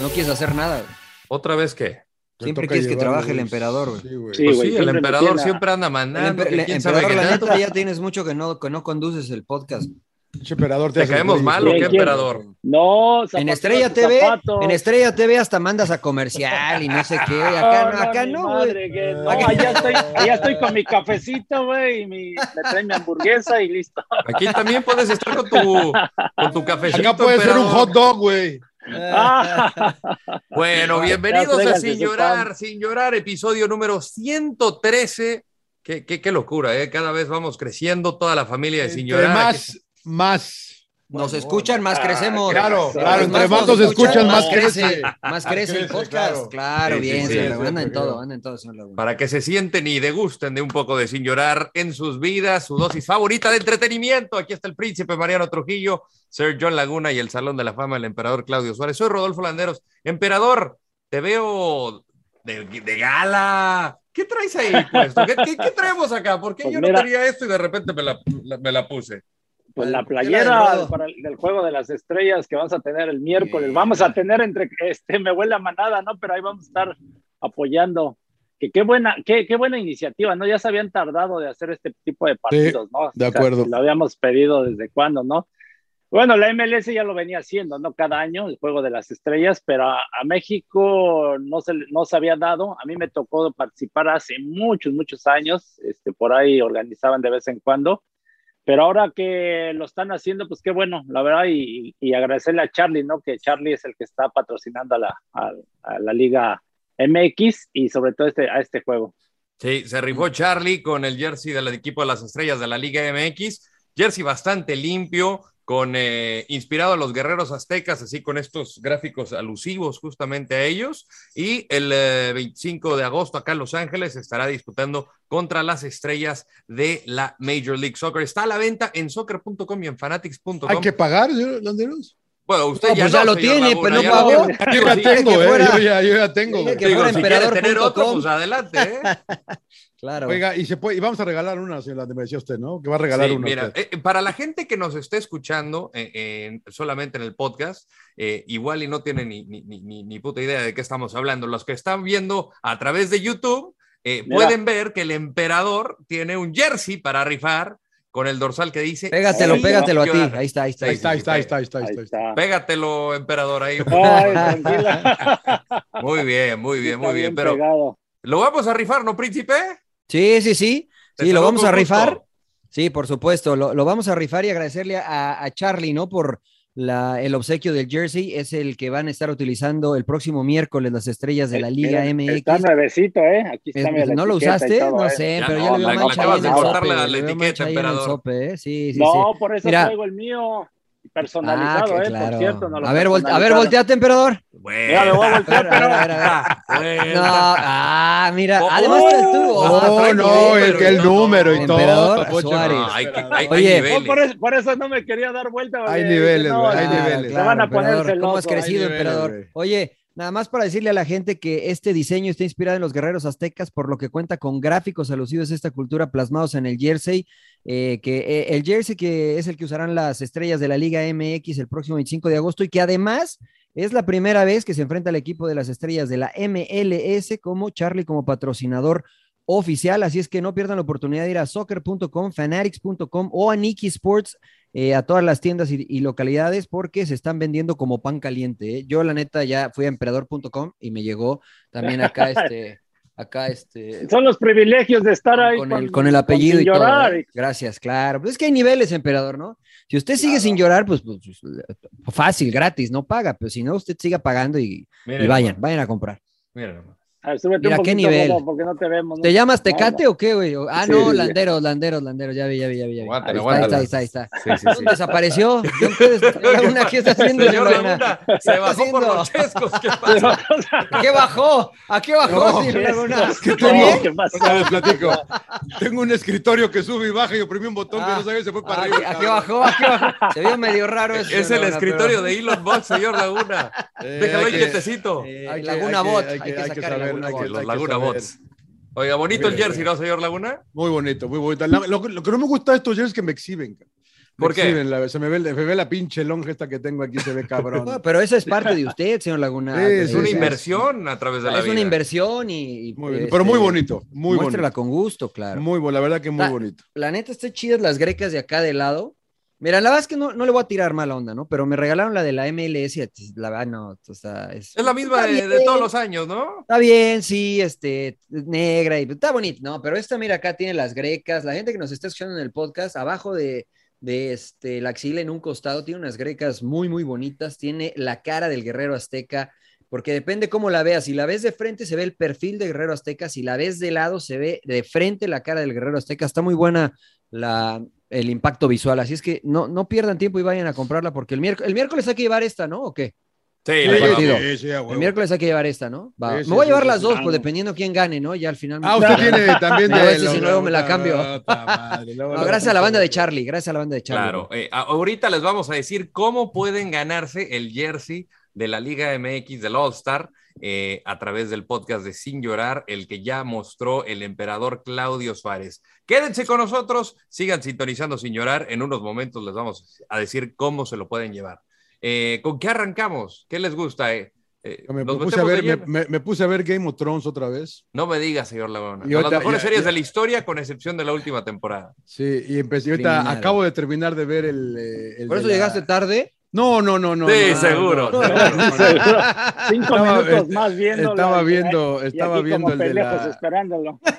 No quieres hacer nada. güey. ¿Otra vez qué? Siempre quieres que trabaje el emperador, güey. Sí, Pues güey, sí, el siempre me emperador tiene a- siempre anda El mandando. emper- que el quién sabe emperador, qué la tanto. neta, ya tienes mucho que no, que no conduces el podcast. ¿Te caemos mal o qué, ¿Quién? emperador? No, zapatos, en Estrella zapatos, TV, zapatos. en Estrella TV hasta mandas a comercial y no sé qué. güey. Acá no, acá mi no, güey. Ah. madre, que no, allá estoy, allá estoy con mi cafecito, güey, y mi, me traen mi hamburguesa y listo. Aquí también puedes estar con tu, con tu cafecito. Acá puede ser un emperador. hot dog, güey. Ah, Bueno, Ya, bienvenidos a tráiganse Sin su Llorar, pan. Sin Llorar, episodio número 113. Qué, qué, qué locura, ¿eh? Cada vez vamos creciendo toda la familia de Sin Entre Llorar. más, más. Nos escuchan, Ah, más crecemos. Claro, Entre claro. Entre más más nos escuchan, más crece. crece. Ah, Más crece el crece, podcast. Claro, claro. Sí, sí, bien, sí, señor es Laguna, lo en que todo, yo- anda en todo, señor Laguna. Para que se sienten y degusten de un poco de Sin Llorar en sus vidas, su dosis favorita de entretenimiento. Aquí está el príncipe Mariano Trujillo, Sir John Laguna y el Salón de la Fama, el emperador Claudio Suárez. Soy Rodolfo Landeros. Emperador, te veo de, de gala. ¿Qué traes ahí puesto? ¿Qué, qué- qué traemos acá? ¿Por qué Pues yo no mira. tenía esto y de repente me la, la- me la puse? pues la Era playera del rodo. para el- del juego de las estrellas que vas a tener el miércoles. Vamos a tener entre este me huele a manada, ¿no? Pero ahí vamos a estar apoyando. Que qué buena, qué, qué buena iniciativa, ¿no? Ya se habían tardado de hacer este tipo de partidos, ¿no? de acuerdo. lo habíamos pedido desde cuándo, ¿no? Bueno, la MLS ya lo venía haciendo, ¿no? Cada año, el Juego de las Estrellas, pero a, a México no se, le- no se había dado. A mí me tocó participar hace muchos, muchos años, este, por ahí organizaban de vez en cuando, pero ahora que lo están haciendo, pues qué bueno, la verdad, y, y agradecerle a Charlie, ¿no? Que Charlie es el que está patrocinando a la, a- a la Liga MX y sobre todo este, a este juego. Sí, se rifó Charlie con el jersey del equipo de las estrellas de la Liga MX. Jersey bastante limpio, con eh, inspirado a los guerreros aztecas, así con estos gráficos alusivos justamente a ellos. Y el eh, 25 de agosto acá en Los Ángeles estará disputando contra las estrellas de la Major League Soccer. Está a la venta en soccer.com y en fanatics.com. Hay que pagar, señor Landeros. Bueno, usted No, ya, pues no, ya lo señor tiene, Laguna, pues no ya pagó. lo tiene. Tiene Yo ya Sí, tengo, que eh. fuera- Yo ya, yo ya tengo, Tiene güey. que digo, fuera si quiere tener emperador punto otro, com. pues adelante. ¿eh? Claro. Oiga, y se puede, y vamos a regalar una, señor Landeros, me decía usted, ¿no? Que va a regalar Sí, una. mira, usted. eh, para la gente que nos esté escuchando eh, en- solamente en el podcast, eh, igual y no tiene ni, ni, ni- ni- ni puta idea de qué estamos hablando. Los que están viendo a través de YouTube eh, Mira. pueden ver que el emperador tiene un jersey para rifar con el dorsal que dice. Pégatelo, Sí, pégatelo a ti. llorar. Ahí está, ahí está. Ahí está, ahí está, ahí está, ahí está. ahí Ahí está. está. Pégatelo, emperador. Ahí. Ay, tranquila. Muy bien, muy bien, Está muy bien. Pero pegado. lo vamos a rifar, ¿no, príncipe? Sí, sí, sí. Te Sí, lo saludo vamos con a gusto. rifar. Sí, por supuesto. Lo, lo vamos a rifar y agradecerle a, a Charlie, ¿no? Por la, el obsequio del jersey. Es el que van a estar utilizando el próximo miércoles las estrellas de la Eh, Liga mira, MX. Está nuevecito, ¿eh? Aquí está. Es- mira, la ¿No lo etiqueta y usaste? todo, No ¿eh? sé, Ya pero no, ya le veo la- la mancha ahí acabas en de el cortar sope, la- la le veo etiqueta, mancha ahí en el emperador. sope, ¿eh? Sí, sí, sí. No, por eso Mira. traigo el mío Ah, personalizado, que ¿eh? claro. Por cierto, no lo a, ver, volte- a ver, volteate, emperador. Mira, me voy a Vuelta, voltear, A ver, a pero ver, a ver, a ver. No, vuelta. ah, mira. Oh, Además, tú. oh, ah, trae No, no, nivel, el que el no, número no, y todo. emperador Papucho, Suárez. no, Ah, hay que- espera, hay- hay Oye. niveles. Oh, por, eso, por eso no me quería dar vuelta. Hay porque dije, niveles, güey, hay ya, niveles. Te van a poner emperador, ¿Cómo has celoso. crecido, Hay niveles, emperador? güey. Oye, nada más para decirle a la gente que este diseño está inspirado en los guerreros aztecas, por lo que cuenta con gráficos alusivos a esta cultura plasmados en el jersey, eh, que eh, el jersey que es el que usarán las estrellas de la Liga MX el próximo 25 de agosto y que además es la primera vez que se enfrenta al equipo de las estrellas de la MLS como Charlie como patrocinador oficial, así es que no pierdan la oportunidad de ir a soccer.com, fanatics.com o a Niki Sports eh, a todas las tiendas y, y localidades porque se están vendiendo como pan caliente. ¿eh? Yo, la neta, ya fui a emperador.com y me llegó también acá este. Acá este. Son los privilegios de estar ahí con, el, con el apellido y todo. ¿eh? Gracias, claro. Pues es que hay niveles, emperador, ¿no? Si usted sigue sin llorar, pues, pues, fácil, gratis, no paga, pero si no, usted siga pagando y, Miren. y vayan, vayan a comprar. Mira nomás. A ver, súbete Mira, un qué poquito, nivel. Bobo, porque no te vemos. ¿no? ¿Te llamas Tecate Nada. o qué, güey? Ah, Sí, no, sí. Landeros, Landeros, Landeros, ya vi, ya vi, ya vi. ya vi. Aguántala, Ahí está, aguántala. ahí está, ahí está. ahí Sí, sí, está. sí. ¿Dónde desapareció? John Pérez, Laguna, ¿qué está haciendo? Señor Laguna? Laguna, ¿Qué se está bajó por haciendo? los chescos. ¿Qué pasa? ¿A qué bajó? ¿A qué bajó, No, señor ¿Qué es Laguna? Ah, esto? ¿Qué tengo? ¿Qué pasa? Ahorita les platico. Tengo un escritorio que sube y baja y oprimí un botón Ah. que no sabía y se fue Ah, para arriba. ¿A qué cabrón. bajó? ¿A qué bajó? Se vio medio raro eso. Es señor el Laguna, escritorio pero- de Elon Musk, señor Laguna. Eh, Déjalo ahí hay que- quietecito. eh, Ay, hay que- Laguna hay que- Bot, hay que- hay que hay que sacar el saber, Laguna hay que- Bot. hay Los que Laguna saber. Bots. Oiga, bonito el Mire, jersey, mire. ¿no, señor Laguna? Muy bonito, muy bonito. La- Lo, lo que no me gusta de estos jerseys es que me exhiben. cabrón. Me ¿Por qué? exhiben, la- se, me ve, se me ve la pinche lonja esta que tengo aquí, se ve cabrón. Bueno, pero eso es parte de usted, señor Laguna. Sí, Es una sí, sí. inversión a través de la Es una vida. inversión y. y, Muy bien, este, pero muy bonito, muy muéstrela bonito. con gusto, claro. Muy bueno, la verdad que muy Ah. bonito. La neta, están chidas las grecas de acá de lado. Mira, la verdad es que no, no le voy a tirar mala onda, ¿no? Pero me regalaron la de la MLS. y La verdad, no, o sea, es. Es la misma Está de, bien. de todos los años, ¿no? Está bien, sí, este, negra y está bonito, ¿no? Pero esta, mira, acá tiene las grecas. La gente que nos está escuchando en el podcast, abajo de, de este, la axila en un costado, tiene unas grecas muy, muy bonitas. Tiene la cara del guerrero azteca, porque depende cómo la veas. Si la ves de frente, se ve el perfil del guerrero azteca. Si la ves de lado, se ve de frente la cara del guerrero azteca. Está muy buena la, el impacto visual. Así es que no, no pierdan tiempo y vayan a comprarla, porque el, miércoles el miércoles hay que llevar esta, ¿no? ¿O qué? Sí, Sí, la llevamos. divertido. sí, a huevo. El miércoles hay que llevar esta, ¿no? Va. Sí, sí, me voy a sí, llevar sí, las sí. dos, Ah, pues no. dependiendo quién gane, ¿no? Ya al final. Ah, usted tiene también A de. ver si la- si luego me la cambio. Puta madre, luego No, la- gracias a la banda de Charlie, gracias a la banda de Charlie. Claro. Eh, a- ahorita les vamos a decir cómo pueden ganarse el jersey de la Liga MX del All Star eh, a través del podcast de Sin Llorar, el que ya mostró el emperador Claudio Suárez. Quédense con nosotros, sigan sintonizando Sin Llorar. En unos momentos les vamos a decir cómo se lo pueden llevar. Eh, ¿Con qué arrancamos? ¿Qué les gusta? eh? Eh, Me, ¿nos puse a metemos de ver, me, lleno? ¿eh? me- me puse a ver Game of Thrones otra vez. No me digas, señor Laguna. Y De las ahorita- mejores ya- series ya- de la historia, con excepción de la última temporada. Sí, y empecé. y ahorita Criminal. acabo de terminar de ver el. eh, el Por de eso la- llegaste tarde. No, no, no, no. sí, no, seguro. no. Seguro. Cinco Estaba- minutos eh, más viéndolo. Estaba y- viendo, y aquí estaba como viendo el de pendejos la. esperándolo.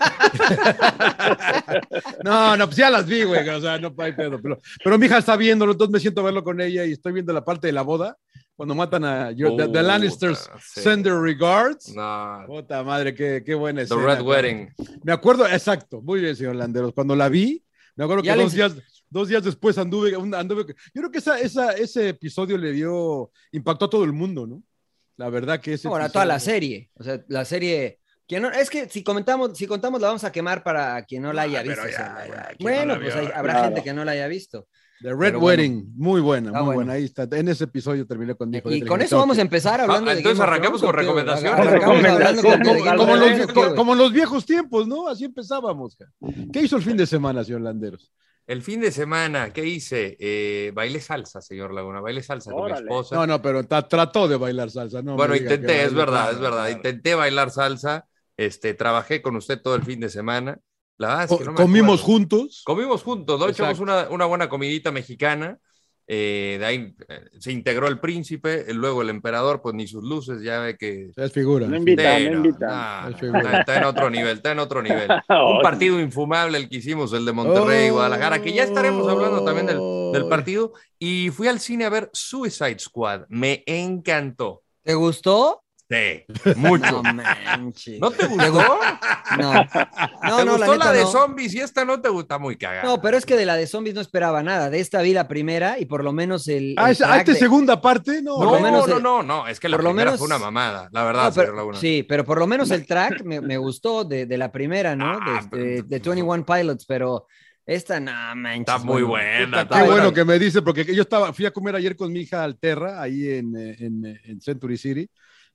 No, no, pues ya las vi, güey. O sea, no hay pedo. Pero, pero mi hija está viéndolo, entonces me siento a verlo con ella y estoy viendo la parte de la boda cuando matan a yo- the, the Puta, Lannisters. sí. Send their regards. No, Puta madre, qué, qué buena The escena. Red cabrón. Wedding. Me acuerdo, exacto, muy bien, señor Landeros. Cuando la vi, me acuerdo que Ya le dos ense- días, dos días después anduve, un- anduve. Yo creo que esa, esa, ese episodio le dio, impactó a todo el mundo, ¿no? La verdad que ese. Ahora, episodio- toda la serie. O sea, la serie. Que no, es que si comentamos, si contamos, la vamos a quemar para quien no la Ah, haya visto. o sea, bueno, pues hay- habrá Claro. gente que no la haya visto. The Red Pero bueno. Wedding, muy buena, Está muy bueno. buena. Ahí está. En ese episodio terminé con mi hijo. Y Yo con dije, eso vamos a tengo empezar hablando Ah, de entonces Game of arrancamos con Thrones, ¿o qué? recomendaciones. Arrancamos hablando Recomendaciones. como de Game que- of Como Thrones, los, ¿o qué, como- güey? como los viejos tiempos, ¿no? Así empezábamos. cara. ¿Qué hizo el fin de semana, señor Landeros? El fin de semana, ¿qué hice? Eh, bailé salsa, señor Laguna, bailé salsa con Órale. mi esposa. No, no, pero ta- trató de bailar salsa, ¿no? me bueno, diga que intenté, es bailó verdad, salsa. es verdad. Intenté bailar salsa, este, trabajé con usted todo el fin de semana. La verdad es que Co- no me Comimos acuerdo. juntos. Comimos juntos, ¿no? Echamos Exacto. una, una buena comidita mexicana. eh, de ahí eh, se integró el príncipe, eh, luego el emperador, pues ni sus luces, ya ve que. Es figura. No invita. Invitan, Sí, no, invitan. no, Es no, figura. está, está en otro nivel, está en otro nivel. Oh, Un partido infumable el que hicimos, el de Monterrey y Guadalajara, que ya estaremos hablando también del, del partido. Y fui al cine a ver Suicide Squad. Me encantó. ¿Te gustó? Sí, mucho. No manches. ¿No te gustó? No, no, ¿Te no, gustó la, neta, de no. zombies y esta no te gusta muy cagada? No, pero es que de la de zombies no esperaba nada. De esta vi la primera y por lo menos el. Ah, el esa- ah, track esta de- segunda parte, no. por lo No, menos no, el- no, no, es que la por lo primera menos- fue una mamada, la No, verdad, pero- señor Laguna. sí, pero por lo menos el track me, me gustó de, de la primera, ¿no? Ah, De- pero- de, de 21 Pilots, pero esta, no manches. Está muy bueno. buena. Qué está Ay, bueno buena. que me dice, porque yo estaba, fui a comer ayer con mi hija al Terra, ahí en, eh, en, eh, en Century City,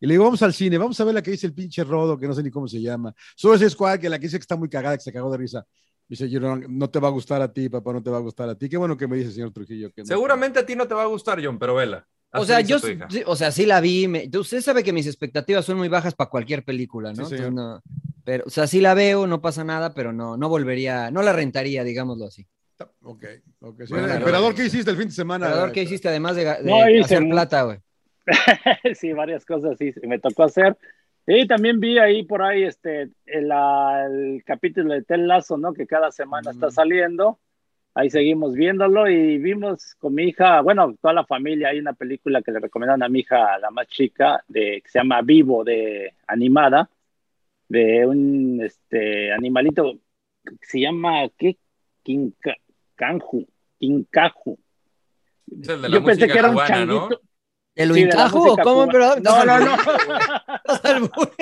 y le digo, vamos al cine, vamos a ver la que dice el pinche Rodo, que no sé ni cómo se llama. Solo ese squad que la que dice que está muy cagada, que se cagó de risa. Dice, yo no, no te va a gustar a ti, papá, no te va a gustar a ti. Qué bueno que me dice, señor Trujillo. Que no. Seguramente a ti no te va a gustar, John, pero vela. O Haz sea, feliz a yo, tu hija. sí, o sea, sí la vi. me- usted sabe que mis expectativas son muy bajas para cualquier película, ¿no? Sí, Entonces, señor. no- pero, o sea, sí la veo, no pasa nada, pero no, no volvería, no la rentaría, digámoslo así. Ok, ok. Bueno, Señor, bueno. emperador, ¿qué hiciste el fin de semana? Emperador, ¿qué hiciste además de, ga- de No, hice hacer mu- plata, güey? sí, varias cosas sí, me tocó hacer. Y también vi ahí por ahí este el, ah, el capítulo de Tel Lazo, ¿no? Que cada semana está saliendo. Ahí seguimos viéndolo y vimos con mi hija, bueno, toda la familia, hay una película que le recomendaron a mi hija, la más chica, de, que se llama Vivo, de animada, de un este animalito que se llama, ¿qué? Quinca, canju, quincaju. Es el de la Yo pensé música que era un cubana, ¿no? changuito. ¿El Sí, de la Uincajo o música cómo, cuba- emperador? No, no, no. Estás al burro.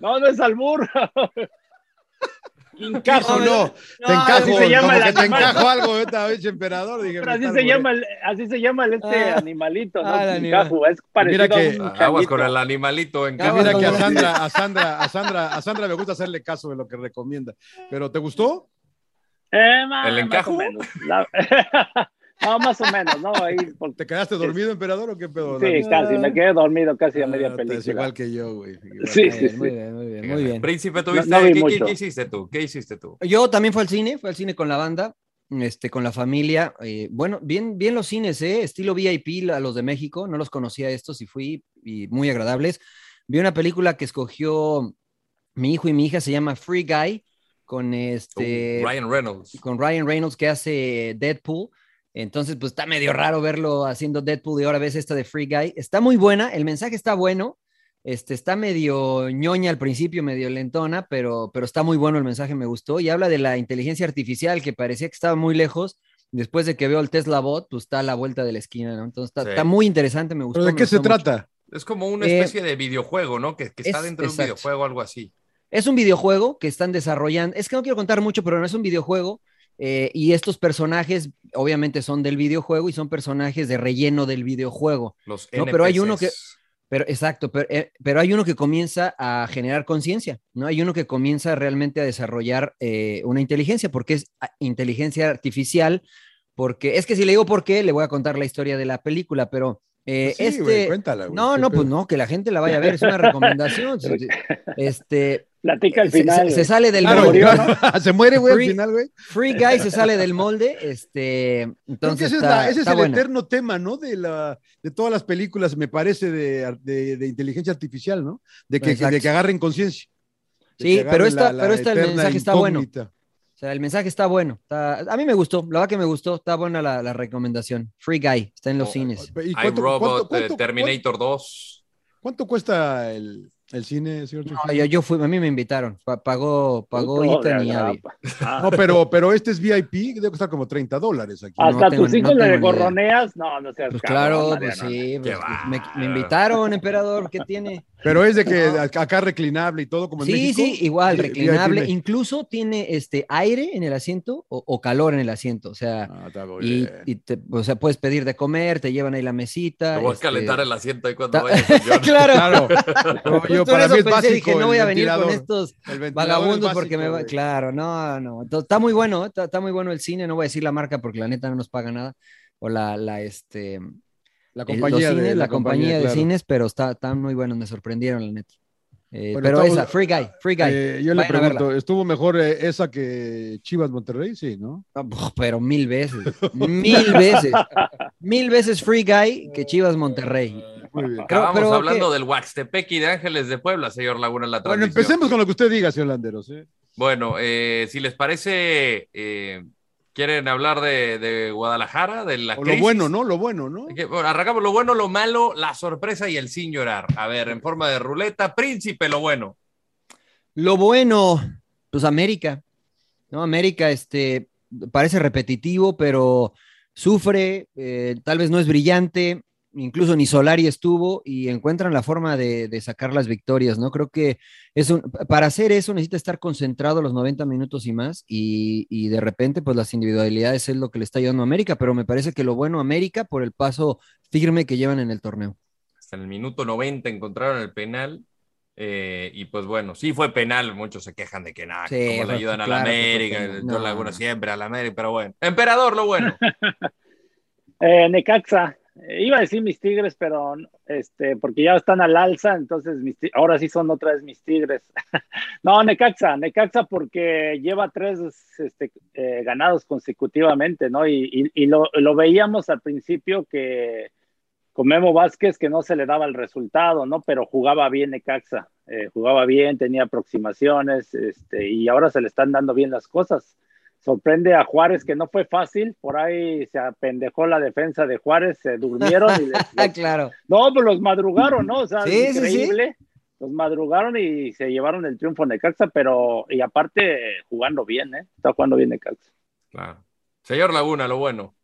No, no es albur. Encajo, No, no. no, Te encajo, así se llama como el que te animal. encajo algo, ahorita, oye, emperador. Dije, Pero así está se algo, llama, el- así se llama el este Ah. animalito, ¿no? Ah, el Quincaju, es parecido Mira que- a un Ah, Aguas changuito. con el animalito en Ah, Que Aguas casa. mira que a con- Sandra, a Sandra, a Sandra, a Sandra me gusta hacerle caso de lo que recomienda. Pero ¿te gustó? Eh, ma- ¿El encajo? Más o menos. La- no, más o menos, ¿no? Ahí, por- ¿Te quedaste dormido, emperador, o qué pedo? Sí, casi, me quedé dormido Ah, casi a media Es película. igual que yo, güey. Igual. Sí, sí, Muy sí. bien, muy bien, muy bien. Príncipe, ¿tuviste? No- no vi ¿qué- qué, mucho. qué hiciste tú? ¿Qué hiciste tú? Yo también fui al cine, fui al cine con la banda, este, con la familia. eh, bueno, bien, bien los cines, ¿eh? Estilo VIP a los de México, no los conocía estos y fui y muy agradables. Vi una película que escogió mi hijo y mi hija, se llama Free Guy, con Tú, este, Oh, Ryan Reynolds. con Ryan Reynolds que hace Deadpool. Entonces, pues está medio raro verlo haciendo Deadpool y ahora ves esta de Free Guy. Está muy buena, el mensaje está bueno. Este, está medio ñoña al principio, medio lentona, pero, pero está muy bueno el mensaje, me gustó. Y habla de la inteligencia artificial que parecía que estaba muy lejos. Después de que veo el Tesla Bot, pues está a la vuelta de la esquina, ¿no? Entonces está, Sí. está muy interesante, me gustó. ¿Pero de me qué gustó se mucho. trata? Es como una Eh, especie de videojuego, ¿no? Que, que está es- dentro de un exacto. videojuego, algo así. Es un videojuego que están desarrollando. Es que no quiero contar mucho, pero no es un videojuego. eh, y estos personajes, obviamente, son del videojuego y son personajes de relleno del videojuego. Los No, pero hay NPCs. uno que- Pero exacto, pero, eh, pero hay uno que comienza a generar conciencia, ¿no? Hay uno que comienza realmente a desarrollar eh, una inteligencia, porque es ah, inteligencia artificial. Porque es que si le digo por qué, le voy a contar la historia de la película, pero eh, Pues sí, este. güey, cuéntala, güey. no, ¿Qué no, pedo? pues no, que la gente la vaya a ver, es una recomendación. Sí, sí. Este, Platica al se- final. se, se sale del Claro, molde. claro. se muere, güey, al Free- final, güey. Free Guy se sale del molde. Este, Creo que entonces ese es, está- la- ese es está el buena. eterno tema, ¿no? De, la, de todas las películas, me parece, de, ar- de- de inteligencia artificial, ¿no? De que, Exacto. de que agarren conciencia. De Sí, que pero agarren esta- pero esta el eterna mensaje está bueno. incógnita. O sea, el mensaje está bueno. está- a mí me gustó, la verdad que me gustó. Está buena la, la recomendación. Free Guy, está en los Oh, cines. ¿Y Hay cuánto- Robot, cuánto- eh, cuánto- Terminator 2. cuánto- ¿Cuánto cuesta el, el cine, señor? Trujillo? No, yo, yo fui, a mí me invitaron. Pa- pagó pagó Puto oh, de Ethan y la- Abby. Ah, No, pero, pero este es VIP, debe costar como 30 dólares aquí. Ah, ¿no? Hasta tengo- tus hijos no tengo le ni gorroneas. No, no seas Pues cabrón, claro, Mariano. pues sí. Qué pues, me, bárbaro. me invitaron, emperador. ¿Qué tiene? Pero es de que acá reclinable y todo como en sí, México. sí, igual, Vi- reclinable. VIP. Incluso tiene este aire en el asiento o, o calor en el asiento. O sea, Ah, está muy y, bien. y te- o sea, puedes pedir de comer, te llevan ahí la mesita. Te voy a este- calentar el asiento ahí cuando Ta- vayas. señor. claro. Claro. No, Justo yo en para eso mí es pensé, básico. dije, no el voy a venir con ventilador. estos El ventilador es vagabundos básico, porque me va. güey. Claro, no, no. Entonces, está muy bueno, ¿eh? está, está muy bueno el cine. No voy a decir la marca porque la neta no nos paga nada. O la, la este. eh, La los compañía, de, cines, la compañía de claro. cines, pero está, están muy buenos, me sorprendieron, la neta. Eh, Bueno, pero estamos- esa, Free Guy, Free Guy. Eh, yo le Vayan a verla. pregunto, ¿estuvo mejor eh, esa que Chivas Monterrey? Sí, ¿no? Ah, puf, Pero mil veces, mil veces, mil veces Free Guy que Chivas Monterrey. Muy bien. Creo- Acabamos pero hablando que- del Huaxtepec y de Ángeles de Puebla, señor Laguna, en la Bueno, transmisión. empecemos con lo que usted diga, señor Landeros. ¿eh? Bueno, eh, si les parece, eh, ¿quieren hablar de, de Guadalajara? De la O lo crisis? bueno, ¿no? Lo bueno, ¿no? Que, bueno, arrancamos lo bueno, lo malo, la sorpresa y el sin llorar. A ver, en forma de ruleta, príncipe, lo bueno. Lo bueno, pues América, ¿no? América, este, parece repetitivo, pero sufre, eh, tal vez no es brillante, incluso ni Solari estuvo y encuentran la forma de, de sacar las victorias, ¿no? Creo que es un, para hacer eso necesita estar concentrado los 90 minutos y más y, y de repente, pues las individualidades es lo que le está ayudando a América, pero me parece que lo bueno a América por el paso firme que llevan en el torneo. Hasta en el minuto 90 encontraron el penal. eh, y pues bueno, sí fue penal. Muchos se quejan de que nada, Sí, que como le fue- ayudan a la claro que fue América, penal. el No, Don Laguna no. siempre a la América, pero bueno. Emperador, lo bueno. Eh, Necaxa, Iba a decir mis tigres, pero este, porque ya están al alza, entonces mis ti- ahora sí son otra vez mis tigres. no, Necaxa, Necaxa porque lleva tres este, eh, ganados consecutivamente, ¿no? Y, y- y lo, lo veíamos al principio que con Memo Vázquez que no se le daba el resultado, ¿no? Pero jugaba bien Necaxa, eh, jugaba bien, tenía aproximaciones, este, y ahora se le están dando bien las cosas. Sorprende a Juárez que no fue fácil, por ahí se apendejó la defensa de Juárez, se durmieron y les- Ah, claro. no, pues los madrugaron, ¿no? O sea, Sí, sí, sí. increíble. Los madrugaron y se llevaron el triunfo Necaxa, pero y aparte jugando bien, ¿eh? Está jugando bien Necaxa. Claro. Señor Laguna, lo bueno.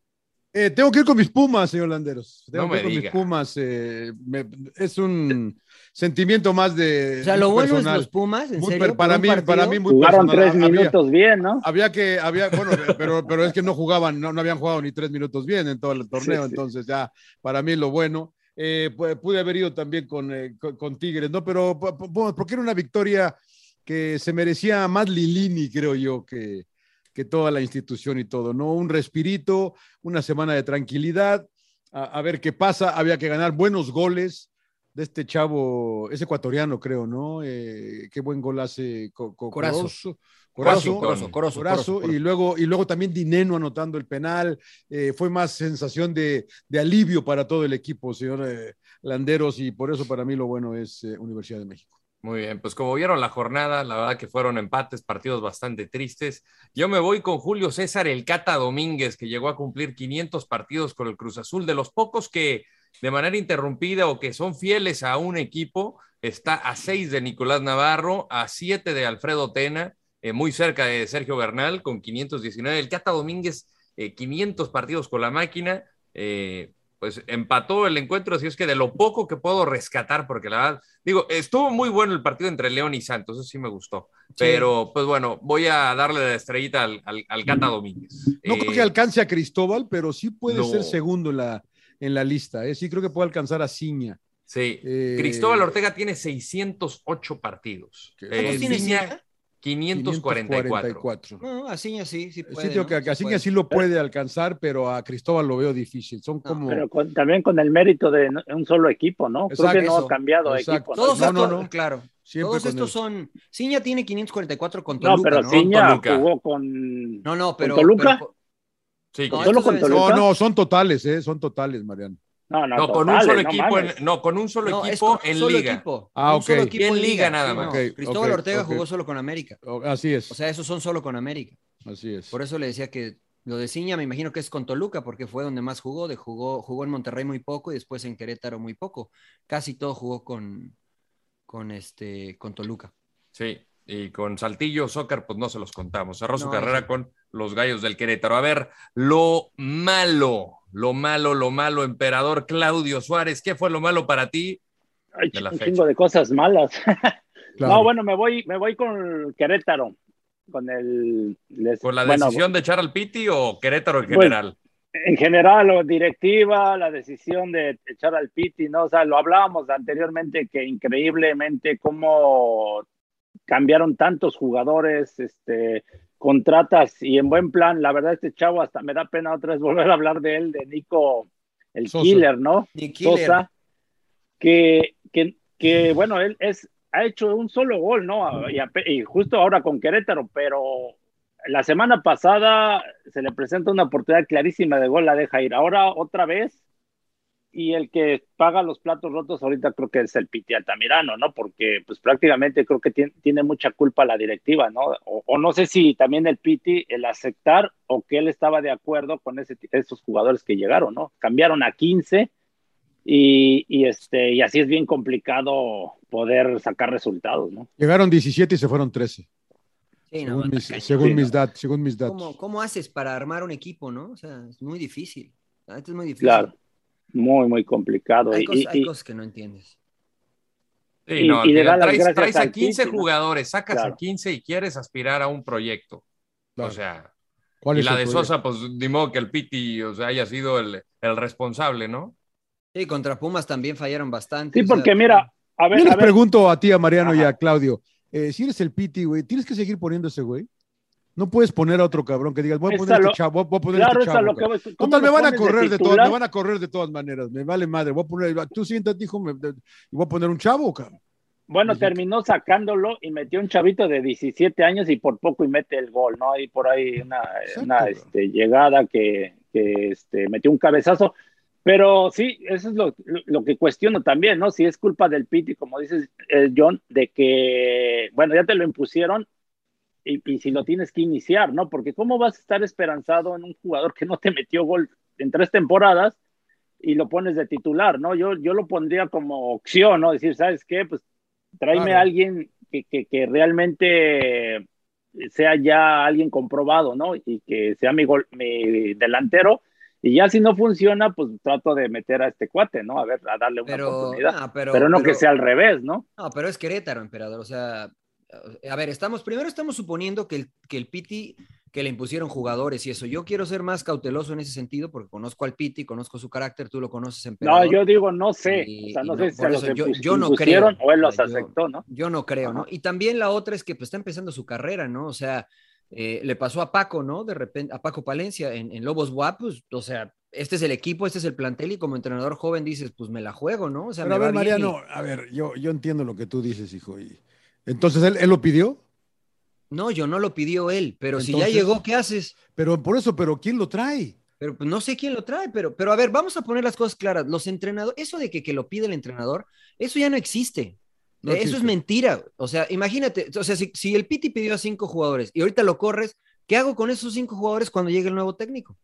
Eh, tengo que ir con mis pumas, señor Landeros. Tengo No que me ir con diga. mis pumas. eh, me- es un sentimiento más de. O sea, lo muy bueno personal. es los Pumas, en Muy serio. per- para, ¿Por mí, un para partido? mí, muy Jugaron personal. tres Había- minutos bien, ¿no? Había que, había, bueno, pero, pero es que no jugaban, no, no habían jugado ni tres minutos bien en todo el torneo, Sí, sí. entonces ya para mí lo bueno. Eh, pu- pude haber ido también con, eh, con, con Tigres, ¿no? Pero po- po- porque era una victoria que se merecía más Lilini, creo yo, que, que toda la institución y todo, ¿no? Un respirito, una semana de tranquilidad, a, a ver qué pasa, había que ganar buenos goles de este chavo, es ecuatoriano, creo, ¿no? Eh, qué buen gol hace Co- Co- Corazo. Corozo. Corozo, Corazo, Corozo, Corozo, Corazo, y luego, y luego también Dineno anotando el penal. Eh, fue más sensación de, de alivio para todo el equipo, señor eh, Landeros, y por eso para mí lo bueno es eh, Universidad de México. Muy bien, pues como vieron la jornada, la verdad que fueron empates, partidos bastante tristes. Yo me voy con Julio César El Cata Domínguez, que llegó a cumplir 500 partidos con el Cruz Azul, de los pocos que de manera interrumpida o que son fieles a un equipo, está a 6 de Nicolás Navarro, a 7 de Alfredo Tena, eh, muy cerca de Sergio Bernal con 519. El Cata Domínguez, eh, 500 partidos con la máquina. eh, pues empató el encuentro, así es que de lo poco que puedo rescatar, porque la verdad, digo, estuvo muy bueno el partido entre León y Santos, eso sí me gustó, pero pues bueno, voy a darle la estrellita al, al, al Cata Domínguez. Mm. No Eh, creo que alcance a Cristóbal, pero sí puede no. ser segundo en la, en la lista. eh. Sí creo que puede alcanzar a Ciña. Sí, Eh, Cristóbal Ortega tiene 608 partidos. ¿Qué? Eh, ¿Cuántos tiene Ciña, Ciña? 544. No, así sí, sí puede. sí, creo ¿no? que a- a Sí Ciña pues. puede. sí lo puede alcanzar, pero a Cristóbal lo veo difícil. Son como. Pero con- también con el mérito de no- un solo equipo, ¿no? Creo que Exacto, no ha cambiado de exacto. equipo. ¿no? Todos No, no, estos, no. claro. siempre todos con estos el- son. Ciña tiene 544 con No, Toluca, pero ¿no? Ciña Toluca. jugó con... No, no, pero. Toluca? pero- Sí, No, con- ¿Solo estos con deben ser- Toluca? No, no, son totales, eh, son totales, Mariano. No, no, no, con un totales, solo eh, no equipo, en, mames. no, con un solo No, es equipo con- en solo liga. equipo. Ah, Un solo ok. equipo Y en en liga liga nada sí, más. no. Ok, Cristóbal ok, Ortega ok. jugó solo con América. O- Así es. O sea, esos son solo con América. así es. Por eso le decía que lo de Ciña me imagino que es con Toluca, porque fue donde más jugó, de jugó, jugó en Monterrey muy poco y después en Querétaro muy poco. Casi todo jugó con, con este, con Toluca. Sí, y con Saltillo Soccer, pues no se los contamos. Cerró su No, carrera sí. con los Gallos del Querétaro. A ver, lo malo, lo malo, lo malo, emperador Claudio Suárez, ¿qué fue lo malo para ti? Ay, de la un fecha. chingo de cosas malas. Pues, Claro. No, bueno, me voy, me voy con Querétaro. Con el... les- ¿Con la bueno, decisión de echar al Piti o Querétaro en general? en general, o directiva, la decisión de echar al Piti, ¿no? O sea, lo hablábamos anteriormente que increíblemente cómo cambiaron tantos jugadores, este, contratas y en buen plan, la verdad, este chavo hasta me da pena otra vez volver a hablar de él, de Nico, el Sosa. killer, ¿no? Ni Killer. Sosa, que, que, que bueno, él es, ha hecho un solo gol, ¿no? Y, ape- y justo ahora con Querétaro, pero la semana pasada se le presenta una oportunidad clarísima de gol, la deja ir. Ahora otra vez, y el que paga los platos rotos ahorita creo que es el Piti Altamirano, ¿no? Porque pues prácticamente creo que tiene, tiene mucha culpa la directiva, ¿no? O, o no sé si también el Piti el aceptar o que él estaba de acuerdo con ese, esos jugadores que llegaron, ¿no? Cambiaron a 15 y, y, este, y así es bien complicado poder sacar resultados, ¿no? Llegaron 17 y se fueron 13, Sí, no, según, está mis, cañón. según, Sí, mis no. dat- según mis datos. ¿Cómo, cómo haces para armar un equipo, no? O sea, es muy difícil. La neta es muy difícil. Claro, muy, muy complicado. Hay, Y- cosas, y- hay y- cosas que no entiendes. Sí, y- no, y le digan, da las traes, gracias traes a al 15 Piti, ¿no? jugadores, sacas a Claro. 15 y quieres aspirar a un proyecto. Claro. O sea, ¿Cuál y es la el de problema? Sosa, pues ni modo que el Piti o sea, haya sido el, el responsable, ¿no? Sí, contra Pumas también fallaron bastante. sí, o sea, porque mira, a ver, Yo les a ver, pregunto a ti, a Mariano y Ajá. a Claudio, eh, si eres el Piti, güey, ¿tienes que seguir poniendo ese güey? No puedes poner a otro cabrón que digas, voy a Es poner a a este lo- chavo, voy a poner a Claro, este es a chavo. lo que cabrón. voy. ¿Cómo Total, lo me van a pones de correr de, todas, titular? me van a correr de todas maneras, me vale madre, voy a poner, tú siéntate, hijo, me- y voy a poner un chavo, cabrón. Bueno, Ujú. terminó sacándolo y metió un chavito de 17 años y por poco y mete el gol, ¿no? Hay por ahí una, Exacto, una, bro. este, llegada que, que, este, metió un cabezazo. Pero sí, eso es lo, lo- lo que cuestiono también, ¿no? Si es culpa del Piti, como dices, eh, John, de que, bueno, ya te lo impusieron y, y si lo tienes que iniciar, ¿no? Porque ¿cómo vas a estar esperanzado en un jugador que no te metió gol en tres temporadas y lo pones de titular, ¿no? Yo, yo lo pondría como opción, ¿no? Decir, ¿sabes qué? Pues tráeme Claro. a alguien que, que, que realmente sea ya alguien comprobado, ¿no? Y que sea mi, gol, mi delantero. Y ya si no funciona, pues trato de meter a este cuate, ¿no? A ver, a darle una Pero, oportunidad. ah, pero, no que sea al revés, ¿no? No, pero es Querétaro, emperador. O sea, eh, a ver, estamos, primero estamos suponiendo que el, que el Piti, que le impusieron jugadores y eso. Yo quiero ser más cauteloso en ese sentido porque conozco al Piti, conozco su carácter, tú lo conoces, No, emperador. yo digo, no sé. Y- o sea, y no, no, sé si por se los eso yo- impus- yo no impusieron creo. o él los Yo- aceptó, ¿no? Yo no creo, ¿no? Y también la otra es que pues, está empezando su carrera, ¿no? O sea, eh, le pasó a Paco, ¿no? De repente, a Paco Palencia en, en Lobos Guap, pues, o sea, este es el equipo, este es el plantel y como entrenador joven dices, pues me la juego, ¿no? O sea, Pero a me ver, va bien y- Mariano, a ver, yo, yo entiendo lo que tú dices, hijo. Y... Entonces, ¿él, él lo pidió, No, yo no lo pidió él, pero si ya Entonces- llegó, ¿qué haces? pero por eso, pero ¿quién lo trae? Pero pues, no sé quién lo trae, pero, pero a ver, vamos a poner las cosas claras. Los entrenadores, eso de que, que lo pide el entrenador, eso ya no existe. No Eh, Eso es existe. mentira. O sea, imagínate, o sea, si, si el Piti pidió a cinco jugadores y ahorita lo corres, ¿qué hago con esos cinco jugadores cuando llegue el nuevo técnico?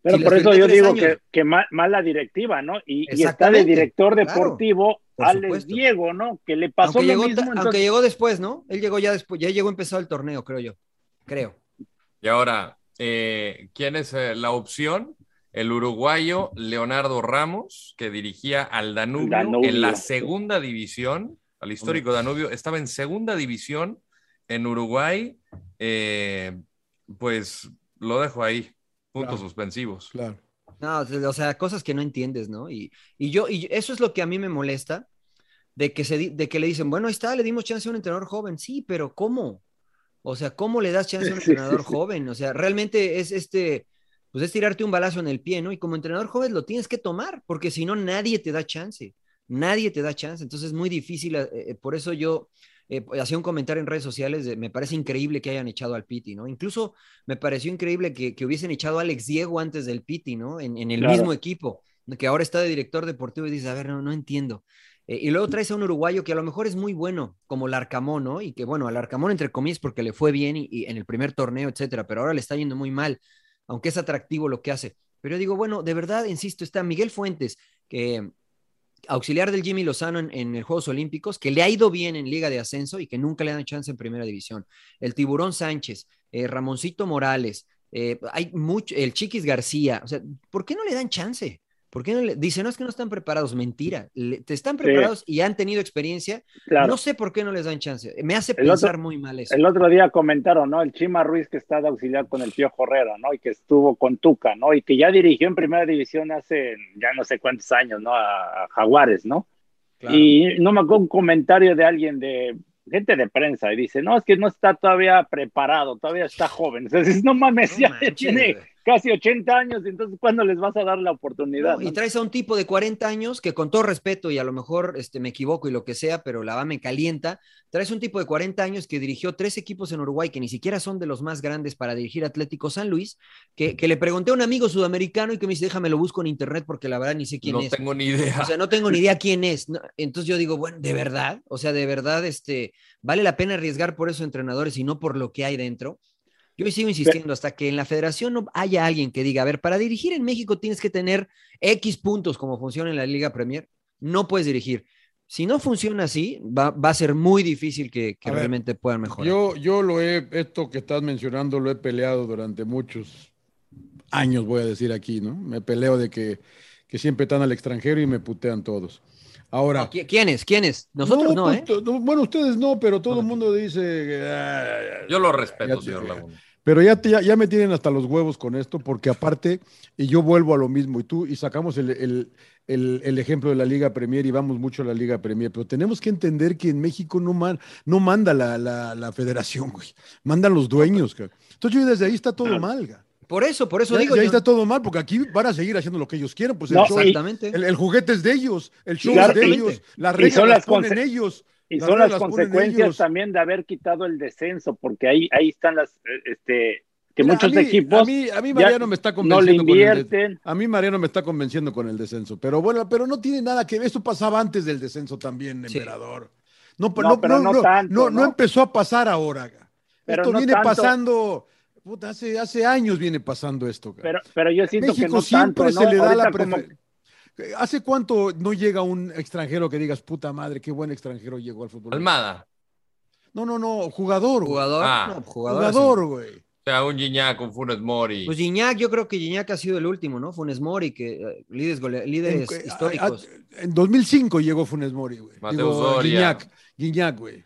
Pero Si por les eso firmé yo tres digo años. que, que ma- mala directiva, ¿no? Y, y está de Exactamente, director claro, deportivo por Alex supuesto. Diego, ¿no? Que le pasó Aunque lo llegó, ta- mismo. entonces- aunque llegó después, ¿no? Él llegó ya después, ya llegó empezado el torneo, creo yo. Creo. Y ahora, eh, ¿quién es eh, la opción? El uruguayo Leonardo Ramos, que dirigía al Danubio, Danubio. en la segunda división, al histórico Danubio, estaba en segunda división en Uruguay. eh, pues lo dejo ahí, puntos Claro. suspensivos. Claro. No, o sea, cosas que no entiendes, ¿no? Y, y yo, y eso es lo que a mí me molesta, de que, se, di- de que le dicen, bueno, ahí está, le dimos chance a un entrenador joven, sí, pero ¿cómo? O sea, ¿cómo le das chance a un Sí, sí, entrenador sí. joven? O sea, realmente es este, pues es tirarte un balazo en el pie, ¿no? Y como entrenador joven lo tienes que tomar, porque si no, nadie te da chance, nadie te da chance, entonces es muy difícil, eh, eh, por eso yo eh, hacía un comentario en redes sociales, de, me parece increíble que hayan echado al Piti, ¿no? Incluso me pareció increíble que, que hubiesen echado a Alex Diego antes del Piti, ¿no? En, en el Claro. mismo equipo, que ahora está de director deportivo y dices, a ver, no, no entiendo. Eh, y luego traes a un uruguayo que a lo mejor es muy bueno, como Larcamón, ¿no? Y que bueno, al Arcamón entre comillas porque le fue bien y, y en el primer torneo, etcétera, pero ahora le está yendo muy mal, aunque es atractivo lo que hace. Pero yo digo, bueno, de verdad, insisto, está Miguel Fuentes, que auxiliar del Jimmy Lozano en, en el Juegos Olímpicos, que le ha ido bien en Liga de Ascenso y que nunca le dan chance en Primera División. El Tiburón Sánchez, eh, Ramoncito Morales, eh, hay mucho, el Chiquis García, o sea, ¿por qué no le dan chance? ¿Por qué no le dicen, no es que no están preparados? Mentira, le- te están preparados y han tenido experiencia. Claro. No sé por qué no les dan chance. Me hace otro- pensar muy mal eso. El otro día comentaron, ¿no? El Chima Ruiz que está de auxiliar con el tío Herrera, ¿no? Y que estuvo con Tuca, ¿no? Y que ya dirigió en primera división hace ya no sé cuántos años, ¿no? A, a Jaguares, ¿no? Y no me acuerdo un comentario de alguien de gente de prensa y dice, no, es que no está todavía preparado, todavía está joven. Entonces, no mames, No ya manches, tiene güey. casi 80 años, entonces, ¿cuándo les vas a dar la oportunidad? No, no? y traes a un tipo de 40 años que con todo respeto, y a lo mejor este, me equivoco y lo que sea, pero la va me calienta, traes un tipo de 40 años que dirigió tres equipos en Uruguay que ni siquiera son de los más grandes para dirigir Atlético San Luis, que, que le pregunté a un amigo sudamericano y que me dice, déjame lo busco en internet porque la verdad ni sé quién no es. tengo ni idea. O sea, no tengo ni idea quién es. ¿no? Entonces yo digo, bueno, de verdad, o sea, de verdad, este, vale la pena arriesgar por esos entrenadores y no por lo que hay dentro. Yo sigo insistiendo hasta que en la federación no haya alguien que diga, a ver, para dirigir en México tienes que tener X puntos como funciona en la Liga Premier, no puedes dirigir. Si no funciona así, va, va a ser muy difícil que, que A ver, realmente puedan mejorar. Yo, yo lo he, esto que estás mencionando lo he peleado durante muchos años, voy a decir aquí, ¿no? Me peleo de que, que siempre están al extranjero y me putean todos. Ahora, No, ¿qui- ¿Quién es? ¿Quién es? Nosotros no, pues, ¿eh? to- no, bueno, ustedes no, pero todo No, el mundo dice. que, ah, Yo lo respeto, Ya te- señor Laguna. Pero ya, te- ya, ya me tienen hasta los huevos con esto, porque aparte, y yo vuelvo a lo mismo, y tú, y sacamos el, el- el- el ejemplo de la Liga Premier y vamos mucho a la Liga Premier, pero tenemos que entender que en México no, man- no manda la, la- la federación, güey, mandan los dueños. cabrón. Entonces yo desde ahí está todo mal. güey. Por eso, por eso Ya- digo. ya ahí yo- está todo mal, porque aquí van a seguir haciendo lo que ellos quieran, pues el, No, show- y- Exactamente. el- el juguete es de ellos, el show Claro, es de y- ellos, las y reglas son las las ponen conse- ellos. Y Las son reglas las las ponen ellos. consecuencias también de haber quitado el descenso, porque ahí, ahí están las, eh, este, que Mira, muchos a mí- equipos A mí, a mí ya Mariano me está no le convenciendo. con el de- invierten. a mí Mariano me está convenciendo con el descenso. Pero bueno, pero no tiene nada que ver. Esto pasaba antes del descenso también, Sí. emperador. No, No, no, pero no, no no, tanto, no- no ¿no? empezó a pasar ahora. ga. Pero esto no viene tanto. pasando. puta, hace, hace años viene pasando esto. ga. Pero, pero yo siento México que no siempre tanto, se ¿no? le da la Ahorita como- preferencia. ¿Hace cuánto no llega un extranjero que digas, puta madre, qué buen extranjero llegó al fútbol? Almada. No, no, no, jugador. güey. Jugador. Ah. no, jugador. Jugador, güey. O sea, un Gignac, un Funes Mori. Pues Gignac, yo creo que Gignac ha sido el último, ¿no? Funes Mori, que eh, líderes, gole- líderes En- históricos. a- a- en 2005 llegó Funes Mori, güey. Mateus Digo, Doria. Guiñac, Guiñac, güey.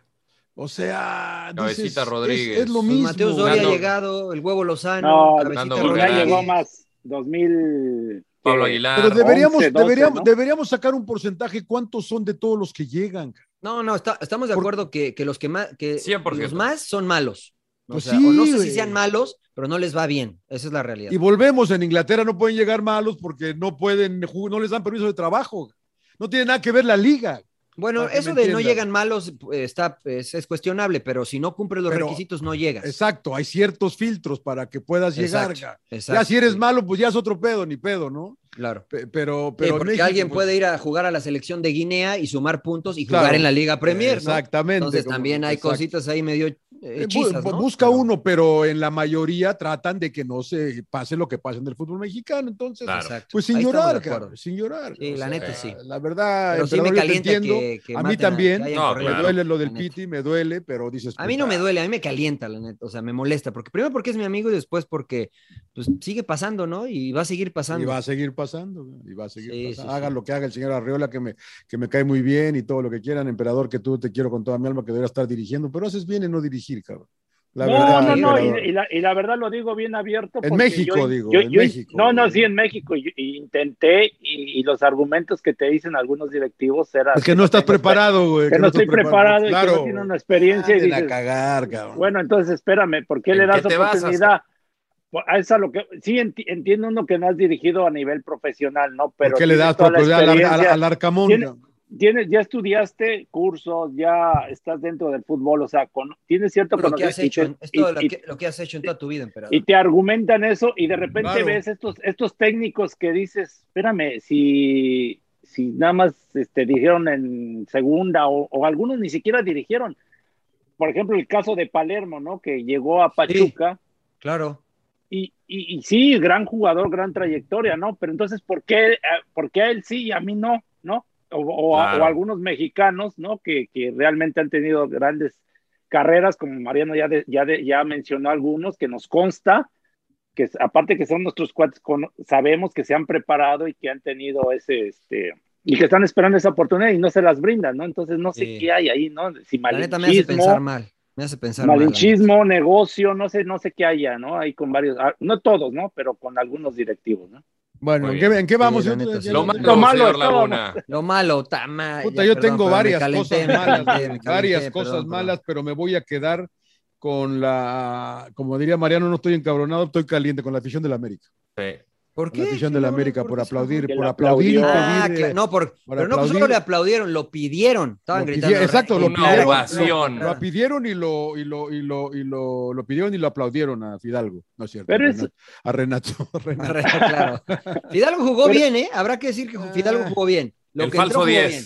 O sea, Cabecita dices, es- Rodríguez. Es, lo Pues mismo. Mateus Doria Nando- ha llegado, el huevo Lozano, No, Cabecita Nando ya Volcán. Rodríguez. llegó más 2000. Pablo eh, Aguilar. Pero deberíamos, 11, 12, deberíamos, ¿no? deberíamos sacar un porcentaje cuántos son de todos los que llegan. ca- No, no, está- estamos de Por- acuerdo que, que los que más, que 100%. los más son malos. O Pues sea, o no sí, sé güey. si sean malos, pero no les va bien. Esa es la realidad. Y volvemos, en Inglaterra no pueden llegar malos porque no pueden, ju- no les dan permiso de trabajo. No tiene nada que ver la liga. bueno, para que eso me de no entiendas. llegan malos eh, está, es, es cuestionable, pero si no cumples los Pero- requisitos, no llegas. Exacto, hay ciertos filtros para que puedas llegar. Exacto, ca. exacto, ya si eres sí, malo, pues ya es otro pedo, ni pedo, ¿no? Claro. Pe- Pero, Sí, pero en porque México, alguien pues, puede ir a jugar a la selección de Guinea y sumar puntos y jugar Claro. en la Liga Premier. ¿no? Exactamente. Entonces como- también hay exacto. cositas ahí medio eh, Eh, bu- hechizas, bu- ¿no? Busca Pero- uno, pero en la mayoría tratan de que no se pase lo que pasa en el fútbol mexicano. Entonces, Claro. Exacto. pues sin Ahí estamos de llorar, acuerdo. cabrón, sin llorar. Sí, la neta, sí. La verdad, Pero sí me emperador, yo te calienta entiendo. que, que a mí maten también. que hayan No, me corrido. claro. duele lo La del neta. Piti, me duele, pero dices. pues, ah, A mí no puta, me duele, a mí me calienta, la neta. O sea, me molesta. Porque primero porque es mi amigo y después porque pues, sigue pasando, ¿no? Y va a seguir Y pasando. va a seguir pasando, güey, y va a seguir Sí, pasando. sí, Hagan sí. lo que haga el señor Arreola, que me, que me cae muy bien y todo lo que quieran, emperador, que tú te quiero con toda mi alma, que debería estar dirigiendo, pero haces bien en no dirigir, cabrón. La no, verdad, no, no, emperador. y, y la, y la verdad lo digo bien abierto. En porque México, yo- digo, yo- en yo- México. No, no, sí, en México. Yo- y intenté y, y los argumentos que te dicen algunos directivos eran... Es que no estás que no estoy- preparado, güey. Que no estoy preparado y que Claro. no tiene una experiencia. Y Manden a dices, cagar, cabrón. Bueno, entonces espérame, ¿por qué ¿En le das qué te basas, oportunidad? Pues, A esa lo que sí enti- entiendo uno que no has dirigido a nivel profesional, ¿no? ¿Por Pero qué le tienes das toda la propiedad al, al, experiencia, al Arcamón? Tiene- cabrón? tienes- ya estudiaste cursos, ya estás dentro del fútbol, o sea, con- tienes cierto Lo que has conocimiento y hecho, te- en- es todo y- lo y- que, lo que has hecho en toda tu vida, emperador. y te argumentan eso y de repente Claro. ves estos estos técnicos que dices, espérame, si si nada más este, dirigieron en segunda o, o algunos ni siquiera dirigieron. Por ejemplo, el caso de Palermo, ¿no? Que llegó a Pachuca. Claro. Y, y, y sí, gran jugador, gran trayectoria, ¿no? Pero entonces, ¿por qué, eh, por qué a él sí y a mí no, no? O, o a- Claro. o a algunos mexicanos, ¿no? Que, que realmente han tenido grandes carreras, como Mariano ya, de- ya, de- ya mencionó algunos, que nos consta, que es- aparte que son nuestros cuates, cono- sabemos que se han preparado y que han tenido ese, este, y que están esperando esa oportunidad y no se las brindan, ¿no? Entonces, no sé Sí. qué hay ahí, ¿no? Si La neta me hace malinchismo, pensar mal. Me hace pensar mal. la neta. Malinchismo, negocio, no sé, no sé qué haya, ¿no? Hay con varios, ah, no todos, ¿no? Pero con algunos directivos, ¿no? Bueno, Muy ¿en qué, en qué vamos? la Yo- neta, yo- sí. yo- Lo Lo malo, malo señor es todo, Laguna. Lo malo, tama. Puta, ya, yo perdón, tengo perdón, me varias calenté, cosas me malas, calenté, me varias calenté, cosas perdón, malas, perdón. pero me voy a quedar con la, como diría Mariano, no estoy encabronado, estoy caliente con la afición del América. Sí. ¿Por qué? La afición del señor? América por qué se aplaudir, Que por lo aplaudir, y aplaudió. pedir, Ah, eh, claro, no, por, por pero no pues, solo aplaudir. le aplaudieron, lo pidieron. Estaban Lo pidi- gritando. exacto, lo "Ey, Una pidieron, ovación. Lo pidieron y lo, y lo, y lo, y lo, lo pidieron y lo aplaudieron a Fidalgo, ¿no es cierto? Pero a es- Renato- a Renato. a Renato. claro. Fidalgo jugó Pero- bien, ¿eh? Habrá que decir que Ah. Fidalgo jugó bien. Lo El que entró falso jugó 10. bien.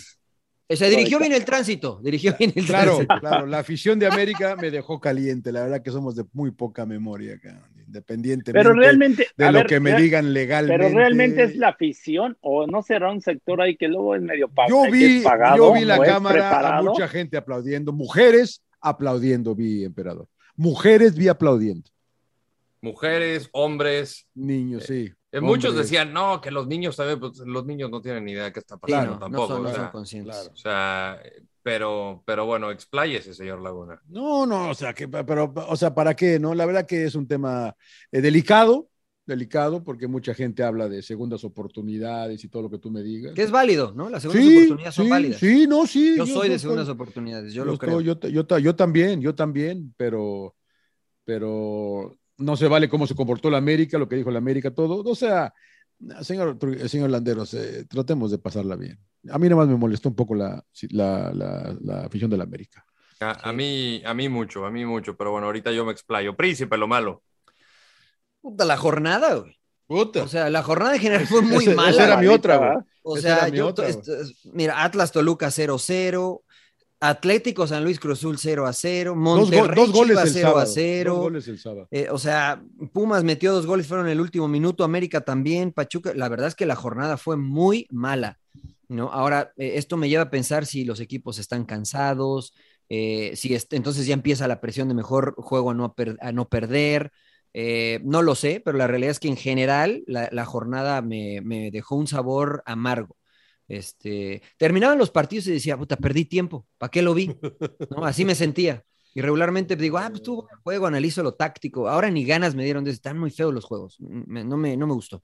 O sea, dirigió bien el tránsito. Dirigió bien el Claro, tránsito. claro, la afición de América me dejó caliente, la verdad que somos de muy poca memoria, cabrón, independientemente Pero realmente, de a lo ver, que me re- digan legalmente. pero realmente es la afición o no será un sector ahí que luego es medio pagado. Yo vi, es pagado, yo vi la no es cámara, a preparado? mucha gente aplaudiendo, mujeres aplaudiendo, vi, emperador. Mujeres vi aplaudiendo, Mujeres, hombres. niños, sí. Eh, hombres. Muchos decían, no, que los niños también, pues, los niños no tienen ni idea de qué está Sí, pasando no, no tampoco. son, no o, son sea, conscientes. claro. o sea, pero, pero bueno, expláyese, señor Laguna. No, no, o sea, que, pero, o sea, ¿para qué? No, la verdad que es un tema eh, delicado, delicado, porque mucha gente habla de segundas oportunidades y todo lo que tú me digas. Que es válido, ¿no? Las segundas Sí, oportunidades son sí, válidas. Sí, no, sí. yo, soy de segundas estoy- oportunidades, yo, yo lo estoy- creo. yo ta- yo ta- yo también, yo también, pero, pero no se vale cómo se comportó la América, lo que dijo la América, todo. O sea, señor, Tru- señor Landeros, eh, tratemos de pasarla bien. A mí nomás me molestó un poco la, la, la, la afición de la América. A, a mí, a mí mucho, a mí mucho, pero bueno, ahorita yo me explayo. Príncipe, lo malo. Puta, la jornada, güey. Puta. O sea, la jornada en general fue muy Ese- esa mala. era mi güey. otra, güey. O esa sea, era mi yo- otra, esto- es- mira, Atlas Toluca 0-0, Atlético San Luis Cruzul 0-0, Dos, go- Monterrey dos goles Chivas el sábado. 0-0. Dos goles el sábado. Eh, o sea, Pumas metió dos goles, fueron el último minuto, América también, Pachuca. La verdad es que la jornada fue muy mala, ¿no? Ahora, eh, esto me lleva a pensar si los equipos están cansados, eh, si est- entonces ya empieza la presión de mejor juego a no, a per- a no perder. Eh, no lo sé, pero la realidad es que en general la, la jornada me, me dejó un sabor amargo. Este, terminaban los partidos y decía, puta, perdí tiempo, ¿para qué lo vi? ¿No? Así me sentía. Y regularmente digo, ah, pues tuvo buen juego, analizo lo táctico. Ahora ni ganas me dieron de están muy feos los juegos. Me- no, me, no me gustó,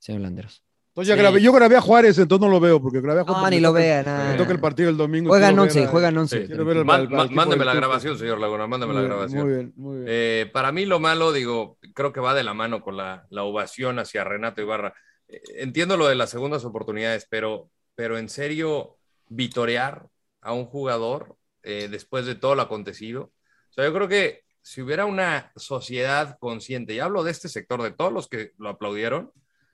señor Landeros. Entonces ya Sí. grabé, yo grabé a Juárez, entonces no lo veo, porque grabé a Juárez. No, porque ni me lo toca- vean. Me toca el partido el domingo. Juegan quiero ver 11, a- juegan 11. Sí. quiero ver al- Man- al ma- equipo mándeme del la Tuca. grabación, señor Laguna, mándame la Muy bien, grabación. Muy bien, muy bien. Eh, para mí lo malo, digo, creo que va de la mano con la, la ovación hacia Renato Ibarra. Eh, Entiendo lo de las segundas oportunidades, pero, pero en serio, vitorear a un jugador eh, después de todo lo acontecido. O sea, yo creo que si hubiera una sociedad consciente, y hablo de este sector, de todos los que lo aplaudieron,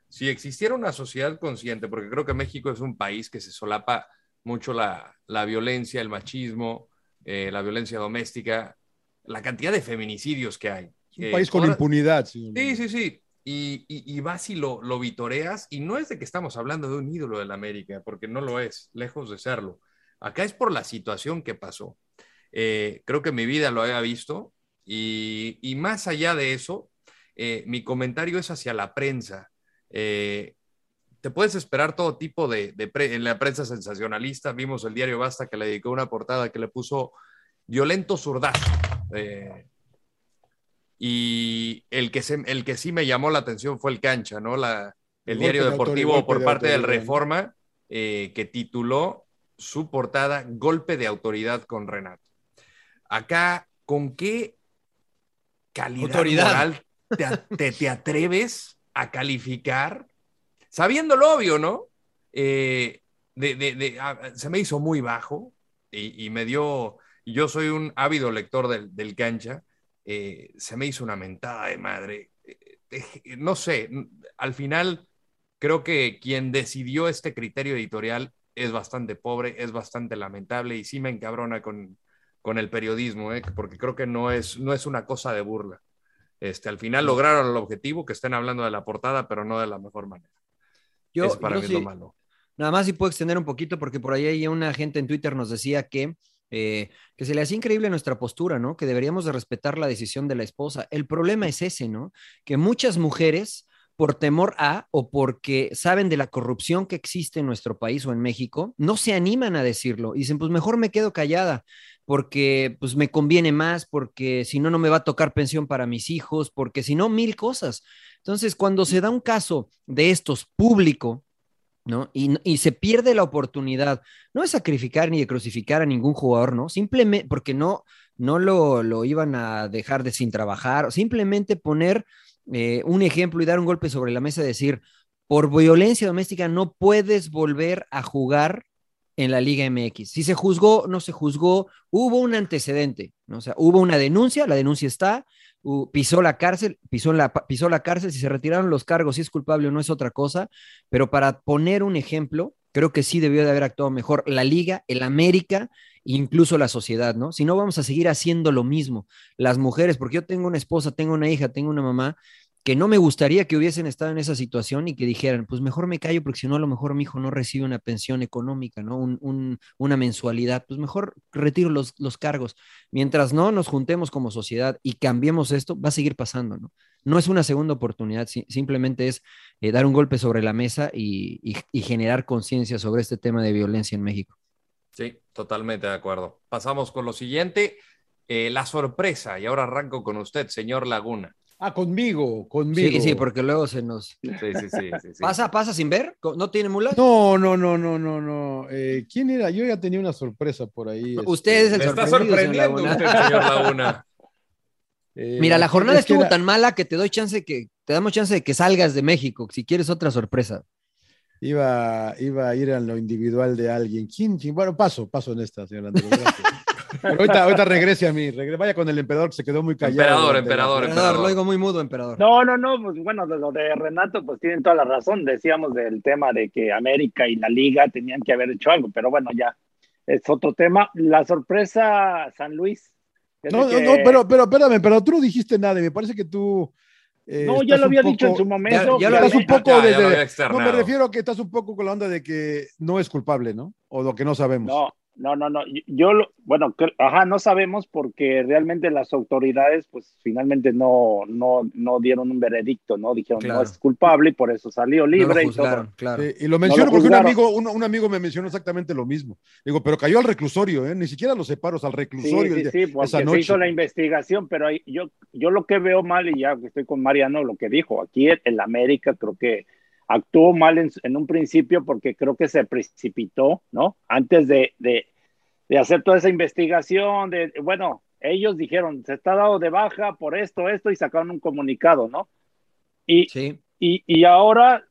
si existiera una sociedad consciente, porque creo que México es un país que se solapa mucho la, la violencia, el machismo, eh, la violencia doméstica, la cantidad de feminicidios que hay. un Eh, país con ahora- impunidad, señor. Sí, sí, sí. Y, y, y vas y lo, lo vitoreas, y no es de que estamos hablando de un ídolo del América, porque no lo es, lejos de serlo. Acá es por la situación que pasó. Eh, creo que mi vida lo había visto, y, y más allá de eso, eh, mi comentario es hacia la prensa. Eh, te puedes esperar todo tipo de, de pre- en la prensa sensacionalista. Vimos el diario Basta que le dedicó una portada que le puso violento zurdazo. Eh, y el que, se- el que sí me llamó la atención fue el Cancha, ¿no? La, el Golpe diario de deportivo autoridad, golpe por de parte del autoridad, ¿no? Reforma, eh, que tituló su portada Golpe de autoridad con Renato. Acá, ¿con qué calidad Autoridad. moral te, a- te- te atreves a calificar? Sabiendo lo obvio, ¿no? Eh, de- de- de- ah, se me hizo muy bajo y, y me dio. Yo soy un ávido lector del, del cancha eh, se me hizo una mentada de madre. Eh, eh, No sé, n- al final creo que quien decidió este criterio editorial es bastante pobre, es bastante lamentable y sí me encabrona con, con el periodismo, eh, porque creo que no es, no es una cosa de burla. Este, al final lograron el objetivo, que estén hablando de la portada, pero no de la mejor manera. Yo, Eso para yo mí sí- es lo malo. Nada más si puedo extender un poquito, porque por ahí hay una gente en Twitter nos decía que, eh, que se le hacía increíble nuestra postura, ¿no? Que deberíamos de respetar la decisión de la esposa. El problema es ese, ¿no? Que muchas mujeres, por temor a o porque saben de la corrupción que existe en nuestro país o en México, no se animan a decirlo. Y dicen, pues mejor me quedo callada porque pues me conviene más, porque si no, no me va a tocar pensión para mis hijos, porque si no, mil cosas. Entonces, cuando se da un caso de estos público, ¿no? Y, y se pierde la oportunidad, no de sacrificar ni de crucificar a ningún jugador, ¿no? Simplemente, porque no, no lo, lo iban a dejar de sin trabajar, simplemente poner eh, un ejemplo y dar un golpe sobre la mesa y decir, por violencia doméstica no puedes volver a jugar en la Liga MX. Si se juzgó, no se juzgó, hubo un antecedente, ¿no? O sea, hubo una denuncia, la denuncia está, hu- pisó la cárcel, pisó la, pisó la cárcel, si se retiraron los cargos, si es culpable o no es otra cosa, pero para poner un ejemplo, creo que sí debió de haber actuado mejor la liga, el América, incluso la sociedad, ¿no? Si no, vamos a seguir haciendo lo mismo. Las mujeres, porque yo tengo una esposa, tengo una hija, tengo una mamá, que no me gustaría que hubiesen estado en esa situación y que dijeran, pues mejor me callo porque si no, a lo mejor mi hijo no recibe una pensión económica, ¿no? Un- un- una mensualidad, pues mejor retiro los, los cargos. Mientras no nos juntemos como sociedad y cambiemos esto, va a seguir pasando, ¿no? No es una segunda oportunidad, si- simplemente es eh, dar un golpe sobre la mesa y, y- y generar conciencia sobre este tema de violencia en México. Sí, totalmente de acuerdo. Pasamos con lo siguiente, eh, la sorpresa, y ahora arranco con usted, señor Laguna. Ah, conmigo, conmigo. Sí, sí, porque luego se nos... Sí, sí, sí. sí, sí. ¿Pasa, pasa sin ver? ¿No tiene mulas? No, no, no, no, no, no. Eh, ¿Quién era? Yo ya tenía una sorpresa por ahí. este, Usted es el Me está sorprendido, señor sorprendiendo Laguna. usted, señor Laguna. eh, Mira, la jornada es que estuvo era- tan mala que te doy chance que te damos chance de que salgas de México si quieres otra sorpresa. Iba, iba a ir a lo individual de alguien. ¿Quién? ching- Bueno, paso, paso en esta, señor Andrés. gracias. Pero ahorita, ahorita regrese a mí. regre- Vaya con el emperador que se quedó muy callado. Emperador, durante la- emperador. Ahora, Emperador, emperador. lo digo muy mudo, emperador. No, no, no, pues bueno, de lo de Renato, pues tienen toda la razón. Decíamos del tema de que América y la liga tenían que haber hecho algo, pero bueno, ya es otro tema. La sorpresa, San Luis. desde No, no, que- no, pero, pero espérame, pero tú no dijiste nada. y Me parece que tú. eh, No, ya estás lo había un dicho en poco- su momento. ya lo Estás había- un poco Ya, ya lo había desde. No, externado. me refiero a que estás un poco con la onda de que no es culpable, ¿no? O lo que no sabemos. No, no, no, no. Yo- Yo, lo, bueno, cre- ajá, no sabemos porque realmente las autoridades, pues finalmente no, no, no dieron un veredicto, ¿no? Dijeron Claro. no es culpable y por eso salió No lo libre y todo. juzgaron, claro. Eh, y lo menciono porque un juzgaron. amigo, un, un amigo me mencionó exactamente lo mismo. Digo, pero cayó al reclusorio, ¿eh? ni siquiera a los separos, al Sí, reclusorio. el sí, día- sí, porque esa se noche. hizo la investigación, pero ahí- yo, yo lo que veo mal, y ya que estoy con Mariano, lo que dijo, aquí en, en la América creo que actuó mal en, en un principio porque creo que se precipitó, ¿no? Antes de, de, de hacer toda esa investigación, de, bueno, ellos dijeron, se está dado de baja por esto, esto, y sacaron un comunicado, ¿no? Y, Sí. y, y ahora,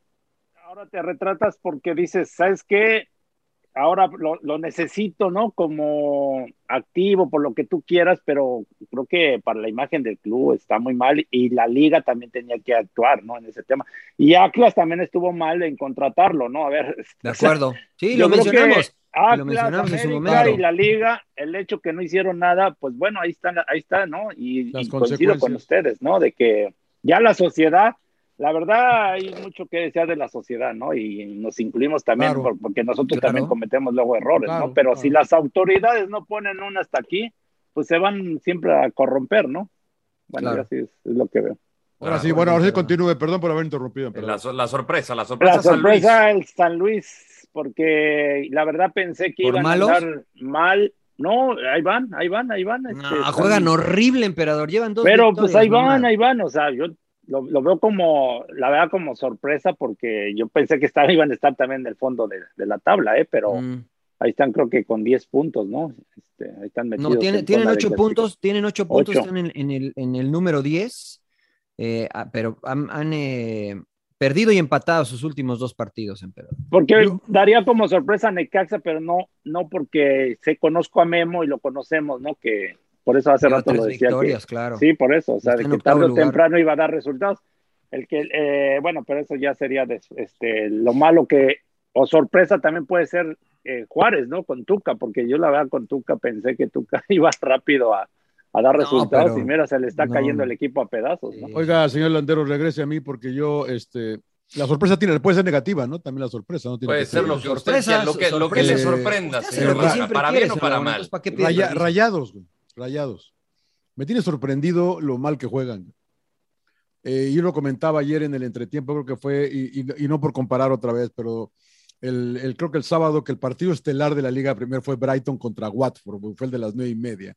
ahora te retratas porque dices, ¿sabes qué? Ahora lo, lo necesito, ¿no? Como activo, por lo que tú quieras, pero creo que para la imagen del club está muy mal y la liga también tenía que actuar, ¿no? En ese tema. Y Atlas también estuvo mal en contratarlo, ¿no? A ver. De o sea, acuerdo. Sí, yo lo creo que mencionamos. Atlas, Lo mencionamos en su América momento. y la liga, el hecho que no hicieron nada, pues bueno, ahí está, ahí está, ¿no? Y, Las y coincido con consecuencias. ustedes, ¿no? De que ya la sociedad, la verdad hay mucho que desear de la sociedad, ¿no? Y nos incluimos también Claro. por- porque nosotros Claro. también cometemos luego errores, Claro, ¿no? Pero claro. si las autoridades no ponen un hasta aquí, pues se van siempre a corromper, ¿no? Bueno, Claro. yo así es, es lo que veo. Ahora Ah, sí, bueno, ahora sí bueno, continúe, perdón por haber interrumpido. pero- Eh, La, so- la sorpresa, la sorpresa, La San Luis. sorpresa el San Luis, porque la verdad pensé que ¿Por iban malos? a andar mal. No, ahí van, ahí van, ahí van. este, No, están- Ah, juegan horrible, emperador. Llevan dos Pero victorias, pues ahí no van, más. ahí van. O sea, yo lo, lo veo como, la verdad, como sorpresa, porque yo pensé que estaban, iban a estar también en el fondo de, de la tabla, ¿eh? Pero Mm. ahí están, creo que con 10 puntos, ¿no? Este, ahí están metidos. No, tiene- en tienen zona de ocho clasificación. puntos, tienen ocho puntos, Ocho. están en, en el, en el número 10, eh, ah, pero han, han, eh, perdido y empatado sus últimos dos partidos, emperador. Porque daría como sorpresa a Necaxa, pero no, no porque se conozco a Memo y lo conocemos, ¿no? Que por eso hace Lleva rato lo tres decía. que- victorias, claro. Sí, por eso, o sea, Está de en que octavo tarde o lugar. temprano iba a dar resultados. El que, eh, bueno, pero eso ya sería des- este, lo malo que, o sorpresa también puede ser eh, Juárez, ¿no? Con Tuca, porque yo la verdad con Tuca pensé que Tuca iba rápido a, a dar No, resultados pero- y mira, se le está no. cayendo el equipo a pedazos, ¿no? Sí. Oiga, señor Landero, regrese a mí porque yo, este, la sorpresa tiene, puede ser negativa, ¿no? También la sorpresa, ¿no? Tiene Puede que ser ser- lo que usted Sorpresas, quiera, lo que, lo que le sorpresas. sorprenda, Usted hace señor lo que Laguna, siempre para quiere, bien o señor para Laguna, mal. entonces, ¿para qué pide Raya- permiso? rayados, güey, rayados. Me tiene sorprendido lo mal que juegan. Eh, yo lo comentaba ayer en el entretiempo, creo que fue, y, y- y no por comparar otra vez, pero el, el- creo que el sábado que el partido estelar de la Liga Premier fue Brighton contra Watford, güey, fue el de las nueve y media.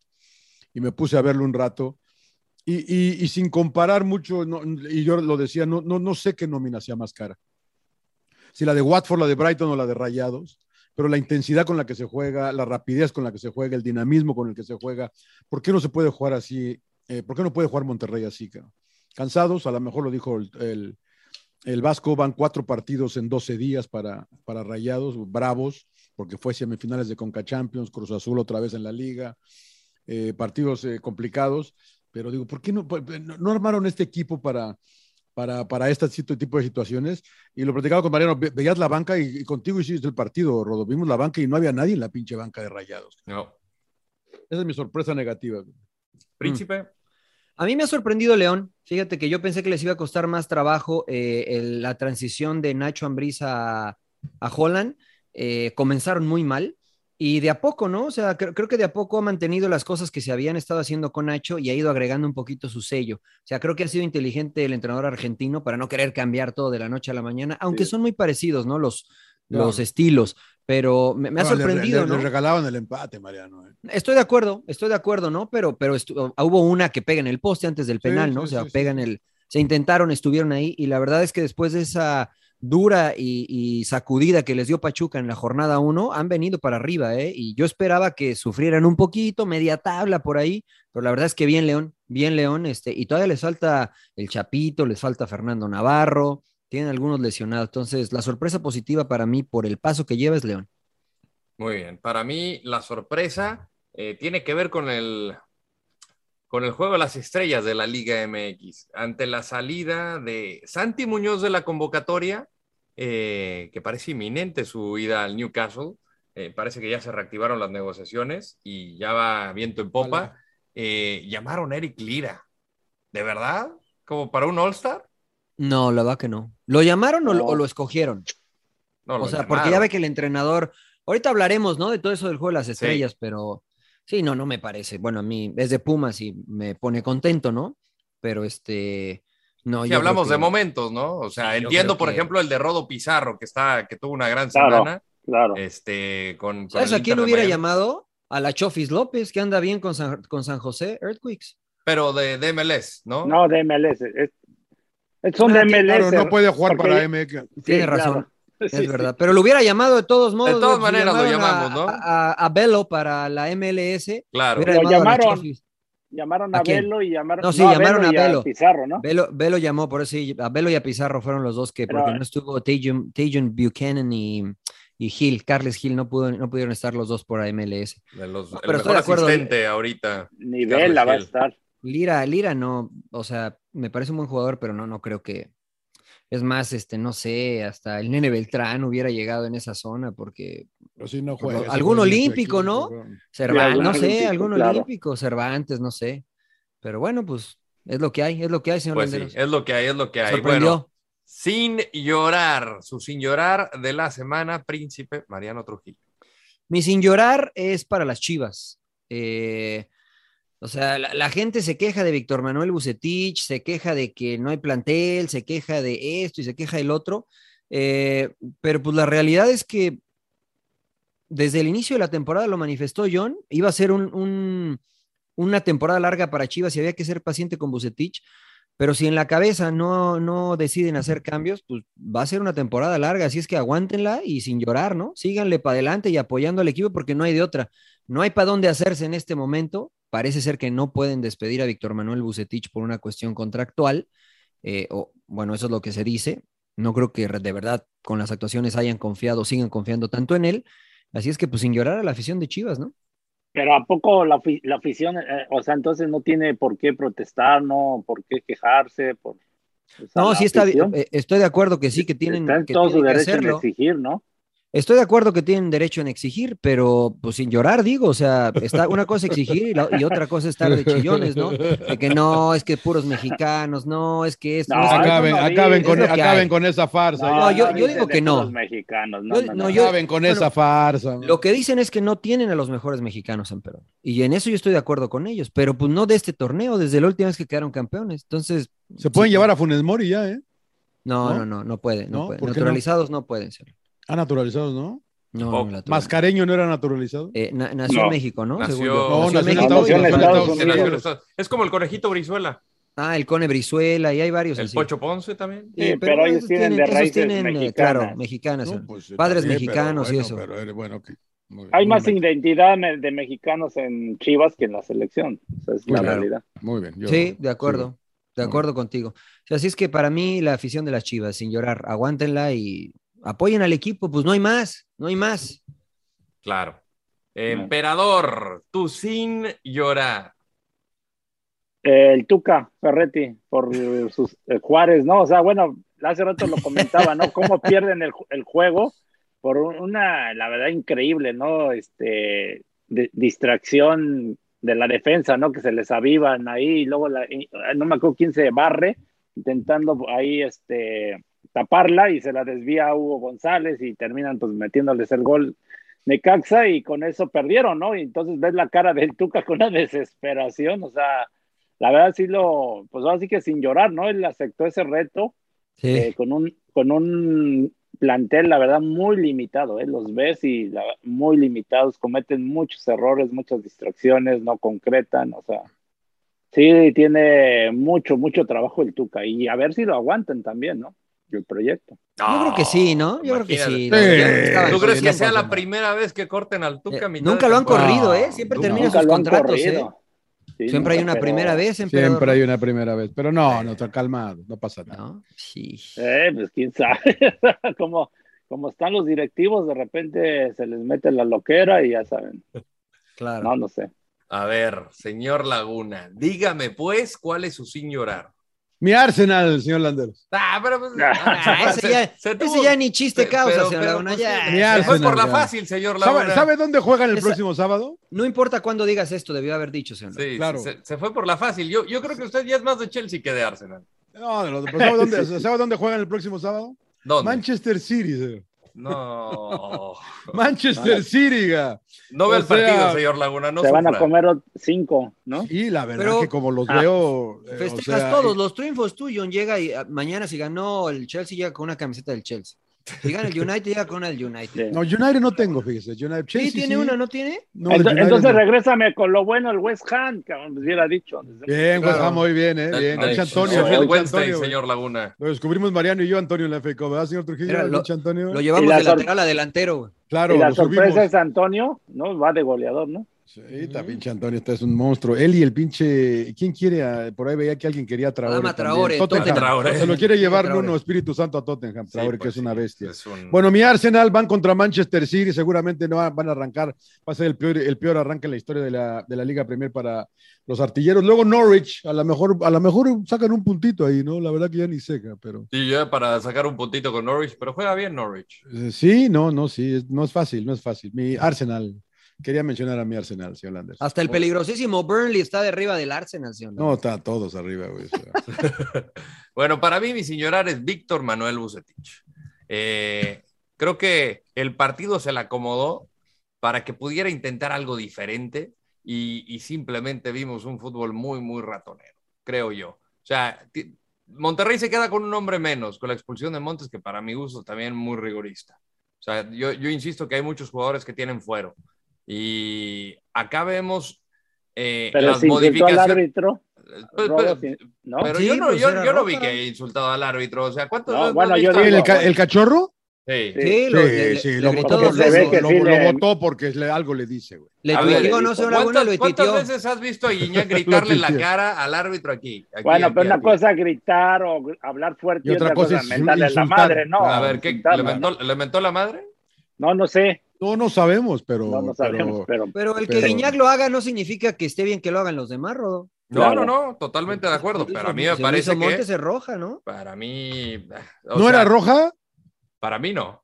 Y me puse a verlo un rato. Y, y- y sin comparar mucho, no- y yo lo decía, no, no, no sé qué nómina sea más cara. Si la de Watford, la de Brighton o la de Rayados pero la intensidad con la que se juega, la rapidez con la que se juega, el dinamismo con el que se juega, ¿por qué no se puede jugar así? Eh, ¿Por qué no puede jugar Monterrey así? cabrón? Cansados, a lo mejor lo dijo el, el- el Vasco, van cuatro partidos en 12 días para, para Rayados, bravos, porque fue semifinales de Conca Champions, Cruz Azul otra vez en la liga, eh, partidos eh, complicados, pero digo, ¿por qué no, por- no- no armaron este equipo para... Para, para este situ- tipo de situaciones, y lo platicaba con Mariano, ve- veías la banca y, y contigo hiciste el partido, Rodo, vimos la banca y no había nadie en la pinche banca de Rayados. No. Esa es mi sorpresa negativa. Príncipe, A mí me ha sorprendido León. Fíjate que yo pensé que les iba a costar más trabajo eh, el- la transición de Nacho Ambriz a, a Holland. Eh, comenzaron muy mal y de a poco, ¿no? O sea, cre- creo que de a poco ha mantenido las cosas que se habían estado haciendo con Nacho y ha ido agregando un poquito su sello. O sea, creo que ha sido inteligente el entrenador argentino para no querer cambiar todo de la noche a la mañana, aunque son muy parecidos, ¿no? Los, Claro. los estilos, pero me, me ha Ahora, le- sorprendido, le- ¿no? Le regalaban el empate, Mariano. ¿eh? Estoy de acuerdo, estoy de acuerdo, ¿no? Pero, pero estu- ah, hubo una que pega en el poste antes del Sí, penal, ¿no? o sí, sea, sí, sí. pega en el. Se intentaron, estuvieron ahí, y la verdad es que después de esa dura y, y sacudida que les dio Pachuca en la jornada 1, han venido para arriba, ¿eh? Y yo esperaba que sufrieran un poquito, media tabla por ahí, pero la verdad es que bien León, bien León, este, y todavía les falta el Chapito, les falta Fernando Navarro, tienen algunos lesionados. Entonces, la sorpresa positiva para mí por el paso que lleva es León. Muy bien. Para mí, la sorpresa eh, tiene que ver con el, con el juego de las estrellas de la Liga MX. Ante la salida de Santi Muñoz de la convocatoria, eh, que parece inminente su ida al Newcastle, eh, parece que ya se reactivaron las negociaciones y ya va viento en popa. Eh, llamaron a Eric Lira. ¿De verdad? ¿Como para un All-Star? No, la verdad que no. ¿Lo llamaron o lo- No. o lo escogieron? No, O lo sea, porque ya llamaron. ve que el entrenador. Ahorita hablaremos, ¿no? De todo eso del juego de las estrellas, pero sí, no, no me parece. Bueno, a mí es de Pumas y me pone contento, ¿no? Pero este. No, Si yo creo hablamos de que- momentos, ¿no? O sea, Sí, yo entiendo, creo por que- ejemplo, el de Rodo Pizarro, que está, que tuvo una gran Claro. semana. Claro. Este, con, con ¿Sabes el a quién Inter de hubiera Miami. llamado? A la Chofis López, que anda bien con San, con San José, Earthquakes. Pero de, de MLS, ¿no? No, de MLS. Es- es- son Ah, de sí, MLS. Claro, no puede jugar porque- para MX. Sí, Tiene claro. razón, Sí, sí. es verdad. Pero lo hubiera llamado de todos modos. todas güey, pues, maneras lo llamaron llamamos, a- A, a Velo para la MLS. Claro. hubiera Lo llamado a la llamaron. Chofis. Llamaron ¿A a, quién? Velo y llamaron, No, sí, llamaron a y Velo. Pizarro, ¿no? Velo, Velo llamó, por eso y- a Velo y a Pizarro fueron los dos que, Pero- porque no estuvo Tajon Tajon Buchanan y, y Hill, Carles Hill, no, pudo, no pudieron estar los dos por MLS. De los- No, el pero estoy mejor de acuerdo. asistente ahorita. Ni Carlos Vela va a Gil. estar. Lira, Lira no, o sea, me parece un buen jugador, pero no, no creo que. Es más, este, no sé, hasta el Nene Beltrán hubiera llegado en esa zona, porque Pero sí, no juega. Algún Se juega en ese olímpico, ¿no? cabrón. Cervantes, algún no sé, olímpico, algún claro. olímpico, Cervantes, no sé. Pero bueno, pues es lo que hay, es lo que hay, señor Pues sí, Landeros. es lo que hay, es lo que hay. Sorprendió. Bueno, sin llorar, su sin llorar de la semana, Príncipe Mariano Trujillo. Mi sin llorar es para las Chivas. Eh, o sea, la, la gente se queja de Víctor Manuel Bucetich, se queja de que no hay plantel, se queja de esto y se queja del otro. Eh, pero pues la realidad es que desde el inicio de la temporada lo manifestó John, iba a ser un- un- una temporada larga para Chivas y había que ser paciente con Bucetich. Pero si en la cabeza no, no deciden hacer cambios, pues va a ser una temporada larga, así es que aguántenla y sin llorar, ¿no? Síganle para adelante y apoyando al equipo porque no hay de otra. No hay para dónde hacerse en este momento. Parece ser que no pueden despedir a Víctor Manuel Bucetich por una cuestión contractual. eh, o, bueno, eso es lo que se dice. No creo que re- de verdad con las actuaciones hayan confiado, sigan confiando tanto en él. Así es que pues sin llorar a la afición de Chivas, ¿no? Pero ¿a poco la, afi- la afición, eh, o sea, entonces no tiene por qué protestar, no, por qué quejarse? Por, o sea, No, la sí está, afición eh, estoy de acuerdo que sí, que tienen, está en que, todo su tienen que derecho en hacerlo. exigir, ¿no? Estoy de acuerdo que tienen derecho en exigir, pero pues sin llorar, digo, o sea, está una cosa exigir y, la- y otra cosa estar de chillones, ¿no? De que no, es que puros mexicanos, no, es que esto. No, es que- acá- acaben no vi, acaben, es con, e, lo que hay. acaben con esa farsa. No, ya. yo- yo dicen digo de que no. puros mexicanos, no, Yo- no, no, no. yo- Acaben con bueno, esa farsa. Lo que dicen es que no tienen a los mejores mexicanos en Perú. Y en eso yo estoy de acuerdo con ellos, pero pues no de este torneo, desde la última vez que quedaron campeones. Entonces. Se pueden llevar a Funes Mori ya, ¿eh? No, no, ¿no? no, no, puede, no, ¿No? puede. ¿Por qué no? Naturalizados no, pueden ser. Ah, naturalizados, ¿no? No, Oh, no, la tuve. Mascareño no era naturalizado. Eh, na- nació en No. México, ¿no? Nació- Según yo. No, Nació en nació en México Estados y Unidos. nació en Estados Estados Que nació en Unidos. los Estados- Es como el conejito Brizuela, Ah, el Cone Brizuela y hay varios el así. Pocho Ponce también. Sí, Eh, pero ellos esos tienen de esos raíces eh, mexicanas. Claro, mexicanas. No, ¿no? pues, eh, Padres también, mexicanos pero y eso. bueno, pero, eh, bueno, ok. Muy bien, Hay muy más bien, identidad me- de mexicanos en Chivas que en la selección. O sea, es la Claro. realidad. Muy bien. yo- sí, de acuerdo. De Muy acuerdo contigo. O sea, así es que para mí la afición de las Chivas, sin llorar, aguántenla y apoyen al equipo, pues no hay más, no hay más. Claro. Emperador, tú sin llorar. Eh, el Tuca Ferretti por eh, sus eh, Juárez, ¿no? O sea, bueno, hace rato lo comentaba, ¿no? Cómo pierden el, ju- el juego por un- una, la verdad, increíble, ¿no? Este, de- distracción de la defensa, ¿no? Que se les avivan ahí y luego, la, y- ah, no me acuerdo quién se barre, intentando ahí, este, taparla y se la desvía a Hugo González y terminan pues metiéndoles el gol Necaxa y con eso perdieron, ¿no? Y entonces ves la cara del Tuca con la desesperación, o sea, la verdad sí lo, pues ahora sí que sin llorar, ¿no? Él aceptó ese reto Sí. eh, con un con un plantel, la verdad, muy limitado, ¿eh? los ves y la- muy limitados, cometen muchos errores, muchas distracciones, no concretan, o sea, sí tiene mucho, mucho trabajo el Tuca y a ver si lo aguantan también, ¿no? El proyecto. Yo creo que sí, ¿no? Yo creo que sí. Imagínate. ¿no? Ya estaban ¿Tú crees que corriendo. sea la primera vez que corten al Tuca? a Eh, mitad nunca de lo han temporada? corrido, ¿eh? Siempre Nunca termina Nunca sus lo han contratos, ¿eh? corrido. Sí, Siempre hay nunca, una pero- primera vez, Siempre emperador. hay una primera vez, pero no, no está calmado, no pasa nada. ¿No? Sí. Eh, pues quién sabe. como, como están los directivos, de repente se les mete la loquera y ya saben. Claro. No, no sé. A ver, señor Laguna, dígame pues cuál es su sin llorar. Mi Arsenal, señor Landeros. Ah, pero pues, Ah, ese ya, ese tuvo- ya ni chiste pe- causa, pero- señor pero, Laguna, pues, ya. sí, Ni se fue Arsenal, por la ya. fácil, señor ¿Sabe, Laguna. sabe dónde juegan el Esa- próximo sábado? No importa cuándo digas esto, debió haber dicho, señor. Sí, sí, Claro. se, se fue por la fácil. Yo, yo creo que usted ya es más de Chelsea que de Arsenal. No, de los- pero ¿sabe dónde, ¿sabe dónde juegan el próximo sábado? ¿Dónde? Manchester City, señor. No. Manchester City, ga. No veo O el partido, sea, señor Laguna. No se van a sufra. comer ot- cinco, ¿no? Y la verdad Pero- que como los Ah. veo. eh, o Festejas sea, todos los triunfos tú, John llega y ah, mañana si ganó el Chelsea llega con una camiseta del Chelsea. Si gana el United llega con una del United. Sí. No, United no tengo, fíjese. United, Chelsea, Sí, tiene sí. una, ¿no tiene? No, Ento- United entonces, no. regrésame con lo bueno el West Ham, cabrón, les hubiera dicho. Claro. Bien, West Ham, muy bien, ¿eh? Bien, Ay, pinche Antonio. no, pinche el Wednesday, Antonio, güey. señor Laguna. Lo descubrimos Mariano y yo, Antonio, en la FECO, ¿verdad, señor Trujillo? Era lo- Pinche Antonio. Lo llevamos Y la de sor- lateral a delantero. güey. Claro, y la lo subimos. sorpresa es Antonio, ¿no? Va de goleador, ¿no? Sí, está pinche Antonio, este es un monstruo. Él y el pinche. ¿Quién quiere? a- por ahí veía que alguien quería a Traore. Adama también. Traore, Tottenham. Traore. Se lo quiere llevar Traore. Bruno Espíritu Santo a Tottenham, Traore, Sí, que pues, es una sí, bestia. es un- Bueno, mi Arsenal van contra Manchester City, seguramente no van a arrancar, va a ser el peor, el peor arranque en la historia de la, de la Liga Premier para los artilleros. Luego Norwich, a lo mejor, a lo mejor sacan un puntito ahí, ¿no? La verdad que ya ni seca, pero Sí, ya para sacar un puntito con Norwich, pero juega bien Norwich. eh, sí, no, no, sí, es- no es fácil, no es fácil. Mi Arsenal, quería mencionar a mi Arsenal, señor Landers. Ah, Hasta el peligrosísimo Burnley está derriba del Arsenal, señor. No, está todos arriba, güey. o sea. Bueno, para mí, mi sin llorar es Víctor Manuel Bucetich. Eh, creo que el partido se le acomodó para que pudiera intentar algo diferente y, y simplemente vimos un fútbol muy, muy ratonero, creo yo. O sea, ti- Monterrey se queda con un hombre menos, con la expulsión de Montes, que para mi gusto también muy rigorista. O sea, yo, yo insisto que hay muchos jugadores que tienen fuero. Y acá vemos eh, Pero las se insultó al modificaciones. árbitro, Pues, Rodo, pues, sí, ¿no? pero Sí, yo no, pues yo, era yo no roja. vi que haya insultado al árbitro. O sea, ¿cuántos No, no, no bueno, has yo visto ¿El, digo- algo? ca- el cachorro? Sí. Sí. Sí, lo, le- le- le lo, gritó votó, dos porque se ve veces. que lo- sí lo le- votó porque le- algo le dice, güey. Le A ver, tuiteó, no, señor Laguna, ¿Cuántas, lo cuántas tuiteó. veces has visto a Iñak gritarle en la tuiteó. cara al árbitro aquí? Aquí, Bueno, aquí, pero una aquí? cosa es gritar o gr- hablar fuerte Y otra cosa es mentarle la insultar. madre, ¿no? A ver, ¿qué, Insultar, ¿le, no, mentó, le mentó la madre? No, no sé, No, no sabemos, pero. no, no sabemos, pero- pero, Pero el que Pero- Guiñac lo haga no significa que esté bien que lo hagan los demás, Rodo. No, Claro. no, no, totalmente de acuerdo. Pero a mí Se me hizo parece Montes que. es roja, ¿no? Para mí. o ¿No sea, era roja? Para mí no.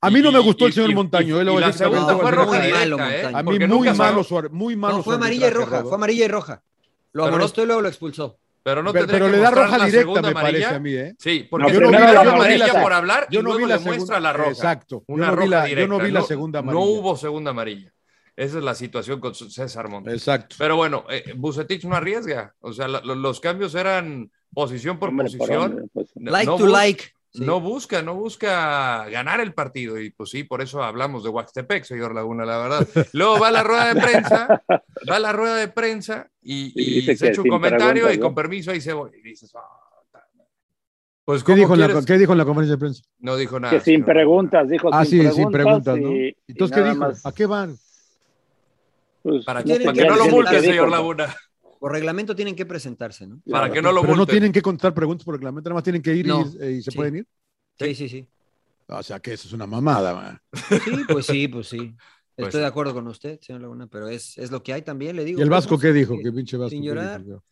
A mí no Y- me gustó y- el señor y- Montaño. eh, Y, le voy y la a decir también, segunda le fue voy a decir roja Muy también. malo, directa, ¿eh? Montaño. A mí Porque muy nunca malo, salió. su, ar- muy malo No, su fue amarilla y arbitraje, roja, Rodo. fue amarilla y roja. Lo Pero no- amonestó y luego lo expulsó. Pero no pero, tendría pero que le da mostrar roja la directa, segunda me parece amarilla. a mí, ¿eh? Sí, No, porque yo no primero vi le la- da yo no vi amarilla la- por hablar Yo y no luego vi la le muestra segunda. la roja. Exacto. Yo Una no vi roja la- yo directa. no vi la segunda amarilla. No hubo segunda amarilla. Esa es la situación con César Montes. Exacto. Pero bueno, eh, Bucetich no arriesga. O sea, la- lo- los cambios eran posición por hombre, por posición. hombre, pues, No- Like no to bus- like. Sí. No busca, no busca ganar el partido. Y pues sí, por eso hablamos de Huaxtepec, señor Laguna, la verdad. Luego va la rueda de prensa, va la rueda de prensa y, Y y dice se que echa un sin comentario preguntas, y ¿no? con permiso ahí se voy. Y dices, "Ah, ta madre". pues ¿Qué ¿cómo dijo, en la, quieres? ¿Qué dijo en la conferencia de prensa? No dijo nada. que sin señor Laguna. preguntas, dijo Ah, sin sí, preguntas. sin preguntas, y- ¿no? y Entonces, ¿qué nada dijo? más, ¿A qué van? pues, Para que, Tienen para que que no lo presentar, multen, dijo, señor ¿no? Laguna. Por reglamento tienen que presentarse, ¿no? Para Claro. que no lo Pero no multen. tienen que contestar preguntas por reglamento, nada más tienen que ir y- No. eh, y, se Sí. pueden ir. Ah, Sí, sí, sí. O sea, que eso es una mamada, man. Sí, pues sí, pues sí. Pues Estoy sí. de acuerdo con usted, señor Laguna, pero es, es lo que hay también, le digo. ¿Y el Vasco Pues, qué dijo? sí. ¿Qué pinche Vasco? sin qué llorar. dijo?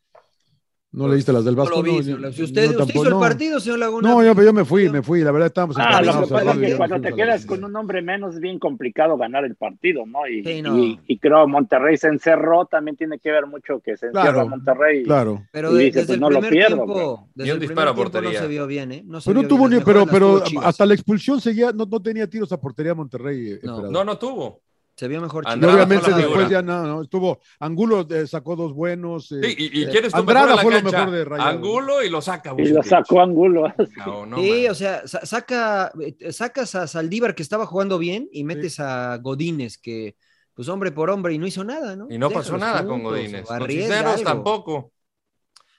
¿No leíste las del No lo Vasco? vi, No, señor yo- Laguna. Si usted, yo usted hizo el tampoco, no. partido, señor Laguna. No, yo, yo me fui, me fui, la verdad estábamos Ah, lo que encaminados a pasa es Rodri, que nos cuando te fuimos a la- quedas con un hombre menos es bien complicado ganar el partido, ¿no? Y, Sí, no. y- y creo Monterrey se encerró, también tiene que ver mucho que se encierra Claro, Monterrey. Claro. Pero Y de- dice, desde pues, el no lo primer pierdo, tiempo, desde Y un disparo el primer a tiempo no portería. se vio bien, ¿eh? No se Pero vio no tuvo bien, ni, las mejores pero, las pero tuvo Chivas. hasta la expulsión seguía, no, no tenía tiros a portería Monterrey. eh, No. emperador. No, no tuvo. Se vio mejor. Y Chivas. obviamente fue la después figura. ya no, no, estuvo. Angulo eh, sacó dos buenos. eh, Sí, y, y eh, quieres tu mejor Andrada en la fue lo cancha? mejor de Rayados. Angulo y lo saca. Y Bucetich. lo sacó Angulo. No, no, sí, man. o sea, sa- saca, eh, sacas a Saldívar que estaba jugando bien y metes a Godínez que, pues hombre por hombre, y no hizo nada, ¿no? y no pasó Déjalos nada con juntos, Godínez. o Con arriesga Cisneros algo. tampoco.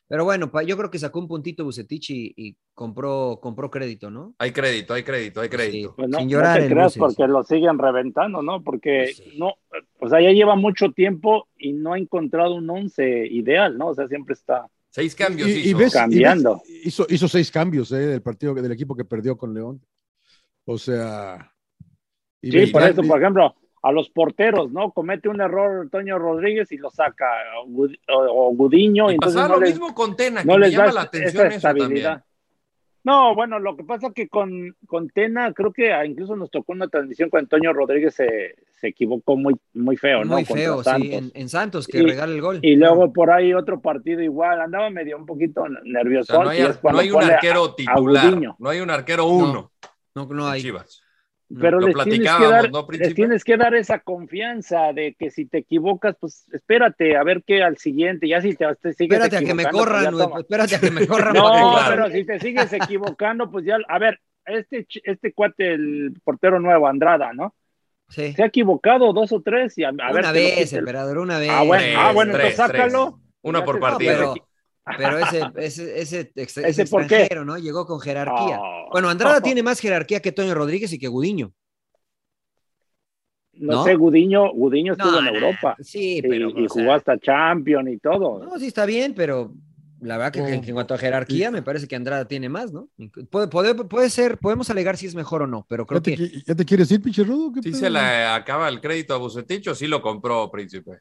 Pero bueno, pa- yo creo que sacó un puntito Bucetich y, y compró, compró crédito, ¿no? Hay crédito, hay crédito, hay crédito. Sí. Pues no, Sin llorar no te el creas Bucetich. porque lo siguen reventando, ¿no? Porque Pues sí. no, o sea, ya lleva mucho tiempo y no ha encontrado un once ideal, ¿no? O sea, siempre está. Seis cambios y, y hizo. ves- y ves- Cambiando. hizo, hizo seis cambios eh, del partido del equipo que perdió con León. O sea. y Sí, ves- por y- eso, por ejemplo, a los porteros, ¿no? Comete un error Toño Rodríguez y lo saca o Gud- o, o Gudiño. Y Y entonces pasaba no lo les, mismo con Tena, que no me les llama da la esa atención eso también. estabilidad. No, bueno, lo que pasa que con, con Tena, creo que ah, incluso nos tocó una transmisión con Antonio Rodríguez, se, se equivocó muy, muy feo, ¿no? Muy Contra feo, sí, Santos. en, en Santos, que Y- regala el gol. Y luego por ahí otro partido igual, andaba medio un poquito O nervioso. sea, no hay, ar- no hay un arquero titular, Gudiño. no hay un arquero uno No, no en hay. Chivas. pero Mm, lo les tienes, que platicábamos, dar, ¿no, les Príncipe? tienes que dar esa confianza de que si te equivocas, pues espérate a ver que al siguiente, ya si te, te sigues Espérate a que me equivocando, pues, ya corran, güey, toma. espérate a que me corran. No, para que- claro. pero si te sigues equivocando, pues ya, a ver, este, ch- este cuate, el portero nuevo, Andrada, ¿no? Sí. Se ha equivocado dos o tres y a, a ver. una te lo vez, quita el- emperador, una vez. Ah, bueno, Tres, ah, bueno tres, entonces sácalo. Una Ya por se- No, partido. pero, pero ese, ese, ese, ex- ¿Ese ese por qué? extranjero, ¿no? Llegó con jerarquía. Ah. Bueno, Andrada tiene más jerarquía que Toño Rodríguez y que Gudiño. No, ¿no? sé, Gudiño, Gudiño estuvo No, en no, Europa. Sí, Y, pero. y o sea, jugó hasta Champion y todo. No, sí está bien, pero la verdad que en- en cuanto a jerarquía, me parece que Andrada tiene más, ¿no? Puede, puede, puede ser, podemos alegar si es mejor o no, pero creo ¿Ya, te, que. qui- ya te quieres ir, pinche Rudo? ¿Qué ¿Sí pedo? se le acaba el crédito a Bucetich o sí lo compró, Príncipe?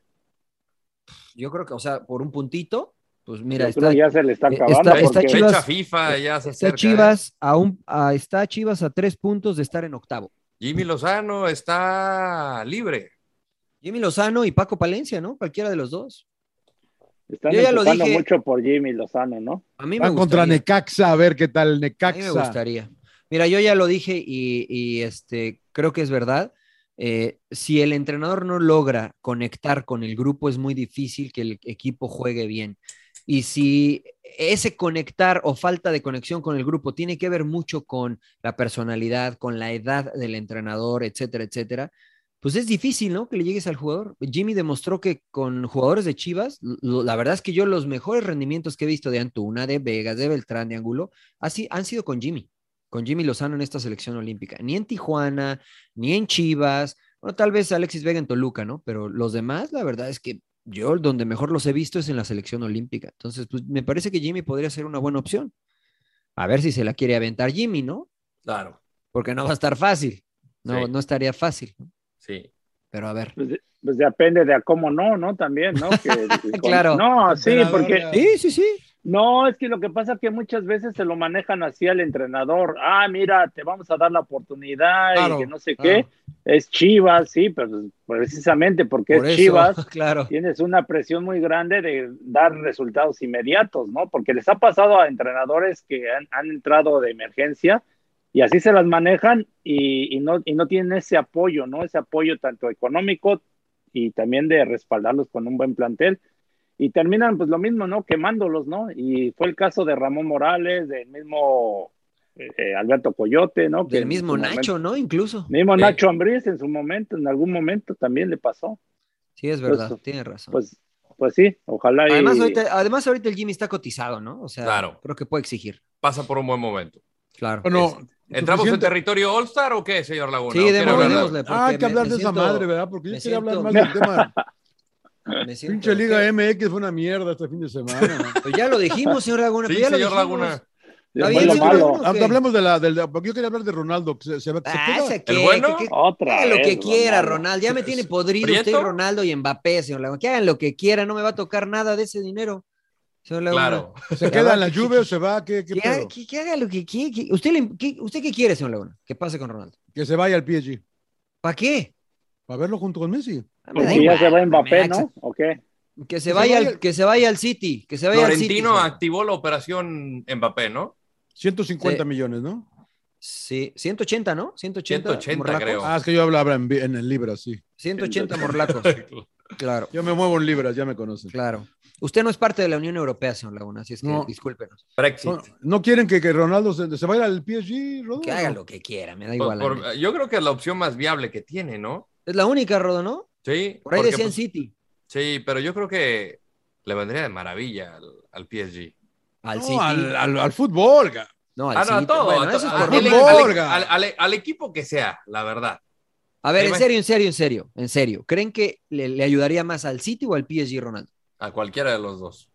Yo creo que, o sea, por un puntito, pues mira, Yo está, creo que ya se le está eh, acabando. está- está porque- Chivas- Fecha FIFA, ya se está acerca. ¿eh? Chivas a un, a- está Chivas a tres puntos de estar en octavo. Jimmy Lozano está libre. Jimmy Lozano y Paco Palencia, ¿no? Cualquiera de los dos. Están Yo ya lo empujando dije. mucho por Jimmy Lozano, ¿no? A mí me Van contra gustaría. Necaxa, a ver qué tal A mí me Necaxa. gustaría. Mira, yo ya lo dije y, y, este, creo que es verdad. Eh, si el entrenador no logra conectar con el grupo, es muy difícil que el equipo juegue bien. Y si ese conectar o falta de conexión con el grupo tiene que ver mucho con la personalidad, con la edad del entrenador, etcétera, etcétera, pues es difícil, ¿no? Que le llegues al jugador. Jimmy demostró que con jugadores de Chivas, lo- la verdad es que yo los mejores rendimientos que he visto de Antuna, de Vegas, de Beltrán, de Angulo, así han sido con Jimmy, con Jimmy Lozano en esta selección olímpica. Ni en Tijuana, ni en Chivas, bueno, tal vez Alexis Vega en Toluca, ¿no? Pero los demás, la verdad es que yo donde mejor los he visto es en la selección olímpica. Entonces, pues me parece que Jimmy podría ser una buena opción. A ver si se la quiere aventar Jimmy, ¿no? Claro, Porque no va a estar fácil. No, Sí. no estaría fácil, ¿no? sí. pero a ver. Pues, de- pues depende de a cómo no, ¿no? También, ¿no? Que- Claro. No, sí, Emperador, porque ya. Sí, sí, sí. No, es que lo que pasa es que muchas veces se lo manejan así al entrenador. Ah, mira, te vamos a dar la oportunidad Claro, y que no sé claro. qué. Es Chivas, sí, pero pues, precisamente porque Por es eso, Chivas, claro. tienes una presión muy grande de dar resultados inmediatos, ¿no? Porque les ha pasado a entrenadores que han, han entrado de emergencia y así se las manejan y, y no, y no tienen ese apoyo, ¿no? Ese apoyo tanto económico y también de respaldarlos con un buen plantel. Y terminan, pues lo mismo, ¿no? Quemándolos, ¿no? Y fue el caso de Ramón Morales, del mismo eh, eh, Alberto Coyote, ¿no? Que Del en mismo su momento- Nacho, Eh. ¿no? Incluso. Mismo Sí. Nacho Ambriz en su momento, en algún momento también le pasó. Sí, es verdad, Pues- tiene razón. Pues, pues sí, ojalá. y- Además ahorita, además, ahorita el Jimmy está cotizado, ¿no? O sea, Claro. creo que puede exigir. Pasa por un buen momento. Claro. Bueno, ¿Entramos en suficiente. territorio All-Star o qué, señor Laguna? Sí, ¿O quiere démosle, hablar de- démosle, porque Ah, hay que me- hablar me de esa siento- madre, ¿verdad? Porque yo me quería hablar siento- más del tema. me siento- Pinche Liga MX fue una mierda este fin de semana. man. Pues ya lo dijimos, señor Laguna. Sí, pues ya lo señor dijimos. Laguna. Está Fue bien, lo señor malo. Laguna, ¿o qué? Hablemos de la, del, porque yo quería hablar de Ronaldo. que Se, se, va- se Ah, queda- ese que- bueno? Pues, que- que- Otra haga lo vez, que quiera, Ronaldo. Ronaldo. Ya me tiene podrido ¿Prieto? usted, Ronaldo y Mbappé, señor Laguna. Que hagan lo que quieran, no me va a tocar nada de ese dinero, señor Laguna. Claro. se queda en la lluvia o se va. ¿Qué, qué Que, haga, pedo? que- que haga lo que quiera. que- ¿Usted, le- qué- ¿Usted qué quiere, señor Laguna? ¿Qué pase con Ronaldo? Que se vaya al PSG. ¿Para qué? Para verlo junto con Messi. Ah, me da Porque ya igual, se va me Mbappé, da ¿no? ¿O qué? Que se vaya, al, que se vaya al City, que se vaya al City. Florentino señor. activó la operación Mbappé, ¿no? 150 Sí. millones, ¿no? Sí, 180, ¿no? 180, 180 morlacos. creo. Ah, es que yo hablaba en, vi- en el libras, sí. 180 morlacos. Claro, Yo me muevo en libras, ya me conocen. claro. Usted no es parte de la Unión Europea, señor Laguna, así es que No. discúlpenos. Brexit. No, ¿no quieren que, que Ronaldo se, se vaya al PSG, Rodolfo? Que haga lo que quiera, me Por- da igual. a por- mí. yo creo que es la opción más viable que tiene, ¿no? Es la única, Rodo, ¿no? Sí. Por ahí porque, decían pues, City. sí, pero yo creo que le vendría de maravilla al, al PSG. Al No, City. al, al- al fútbol. ga. No, al Ah, no, a City. todo. Bueno, a to- eso es al- por Dile- Rodo. al- Borga. al- al- al equipo que sea, la verdad. A ver, Ahí en va. serio, en serio, en serio, en serio. ¿Creen que le, le ayudaría más al City o al PSG, Ronaldo? A cualquiera de los dos.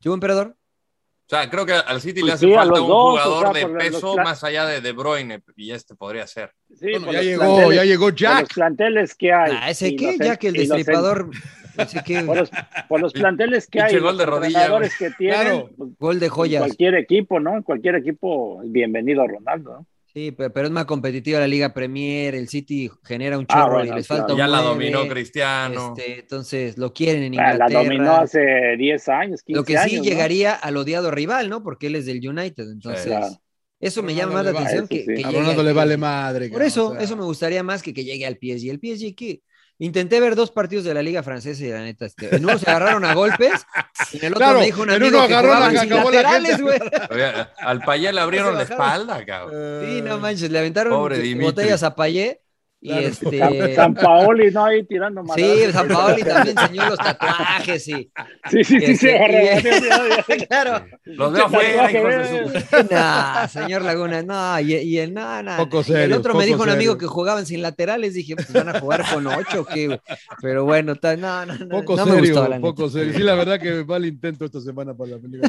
¿Yo, emperador? O sea, creo que al City le Pues hace sí, a falta los un dos, o jugador sea, de por los- peso los- más allá de De Bruyne, y este podría ser. Sí, Bueno, por ya los llegó, planteles- ya llegó por Jack. los planteles que hay. Ah, ese y qué, los en- ya que el y los en- destripador. Ese qué, Por los, por los planteles que hay, Pinche gol los de rodilla, entrenadores que tienen, Claro. pues, gol de joyas. cualquier equipo, ¿no? En Cualquier equipo, bienvenido a Ronaldo, ¿no? Sí, pe- pero, es más competitiva la Liga Premier, el City genera un Ah, chorro y bueno, les claro. falta un Ya la nueve, dominó Cristiano. este, entonces lo quieren en Ah, Inglaterra. La dominó hace 10 años, 15 lo que sí años, ¿no? llegaría al odiado rival, ¿no? Porque él es del United, entonces Claro. eso me A llama más la Ronaldo le va- atención eso que, sí. que A llegue Ronaldo al le vale PSG. madre. Por ga, eso, o sea. eso me gustaría más que que llegue al PSG. El PSG que intenté ver dos partidos de la Liga Francesa y la neta, este, en uno se agarraron a golpes y en el otro Claro, me dijo un en amigo uno que agarró la jugaban que sin acabó la laterales, gente. güey. Oiga, Al Payet le abrieron la Se bajaron. espalda, cabrón. Sí, Eh, no manches, le aventaron Pobre Dimitri. botellas a Payé y Claro. este... San Paoli, ¿no? Ahí tirando mal. Sí, San Paoli también enseñó los tatuajes y Sí, sí, sí, sí. Este, agarró, claro. Los veo afuera, Pues hijos de su- Nah, Ah, señor Laguna, no, y, y el no, no. Poco Y el serios, otro me poco dijo un amigo serios. que jugaban sin laterales, dije, pues van a jugar con ocho, ¿qué? güey? Pero bueno, ta- no, no, no, Poco no me serio, gustó la neta. poco serio. Sí, la verdad que va el intento esta semana para la Liga.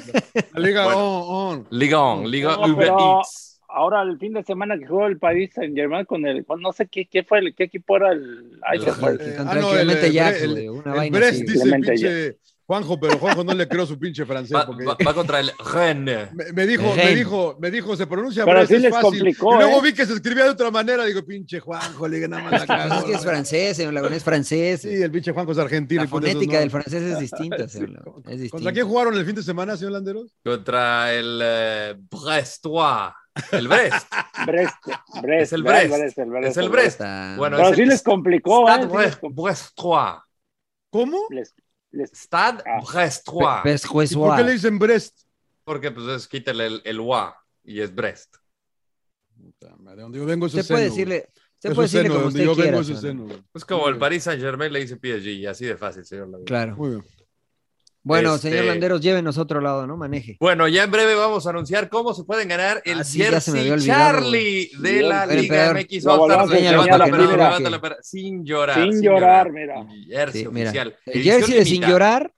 La Liga on, on. Ligón, Ligón, No, Uber pero- Eats. Ahora, el fin de semana que jugó el país Saint Germain con el. con- no sé qué, qué fue el. ¿Qué equipo era el. Ay, El- se fue. Que Eh, con ah, no, tranquilamente el- el- Jack, el- güey, una El vaina Brest así. dice Clemente pinche Juanjo, pero Juanjo no le creo su pinche francés Va, porque va- va contra el Rennes. me, me dijo, me Ren. dijo, me dijo, se pronuncia Pero Brest, sí es les fácil. complicó, y luego ¿eh? vi que se escribía de otra manera, digo, pinche Juanjo, le dije nada más la Pues cago, es que es güey. francés, señor Laguna, es francés. Sí, el pinche Juanjo es argentino. la y pone esos fonética del nombres. francés es distinta, señor Sí, Laguna, ¿con- es ¿Contra distinta. quién jugaron el fin de semana, señor Landeros? Contra el eh, Brestois. El Brest. Brest, Brest, Es el ¿verdad? Brest. el Es el Brest. Está- Bueno, Pero es sí el les complicó, ¿eh? Stade Sí les Bre- complicó. Brestois. ¿Cómo? Les- les- Stade Ah. Pe- Brestois. Pes- juez ¿Y por Boa. qué le dicen Brest? Porque pues es, quítale el, el UA y es Brest. Puta madre, Donde yo vengo es Usted puede decirle, usted Eso puede es seno, decirle como donde usted yo vengo quiera. es señor Laguna. seno, güey. Es como Muy el bien, Paris Saint Germain le dice PSG, así de fácil, señor Laguna. Claro. Muy bien. Bueno, Este- señor Landeros, llévenos a otro lado, ¿no? Maneje. Bueno, ya en breve vamos a anunciar cómo se pueden ganar el Ah, sí, ya se jersey me había olvidado, Charlie de Bien, la espera, Liga espera. MX Lo All volvamos a Stars. enseñar Levanta a la la perra, primera. levanta la perra. Sin llorar. Sin llorar, mira. El Jersey Sí, mira. oficial. El Edición jersey de Sin limitada. Llorar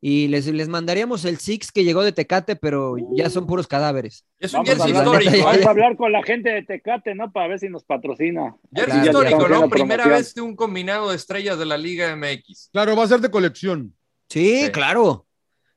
y les, les mandaríamos el Six que llegó de Tecate, pero ya son puros cadáveres. Es un Vamos a, jersey hablar- histórico. vamos ¿eh? a hablar con la gente de Tecate, ¿no? Para ver si nos patrocina. Jersey Claro, histórico, ya ¿no? estamos Primera haciendo vez de un combinado de estrellas de la Liga MX. Claro, va a ser de colección. Sí, Sí. claro.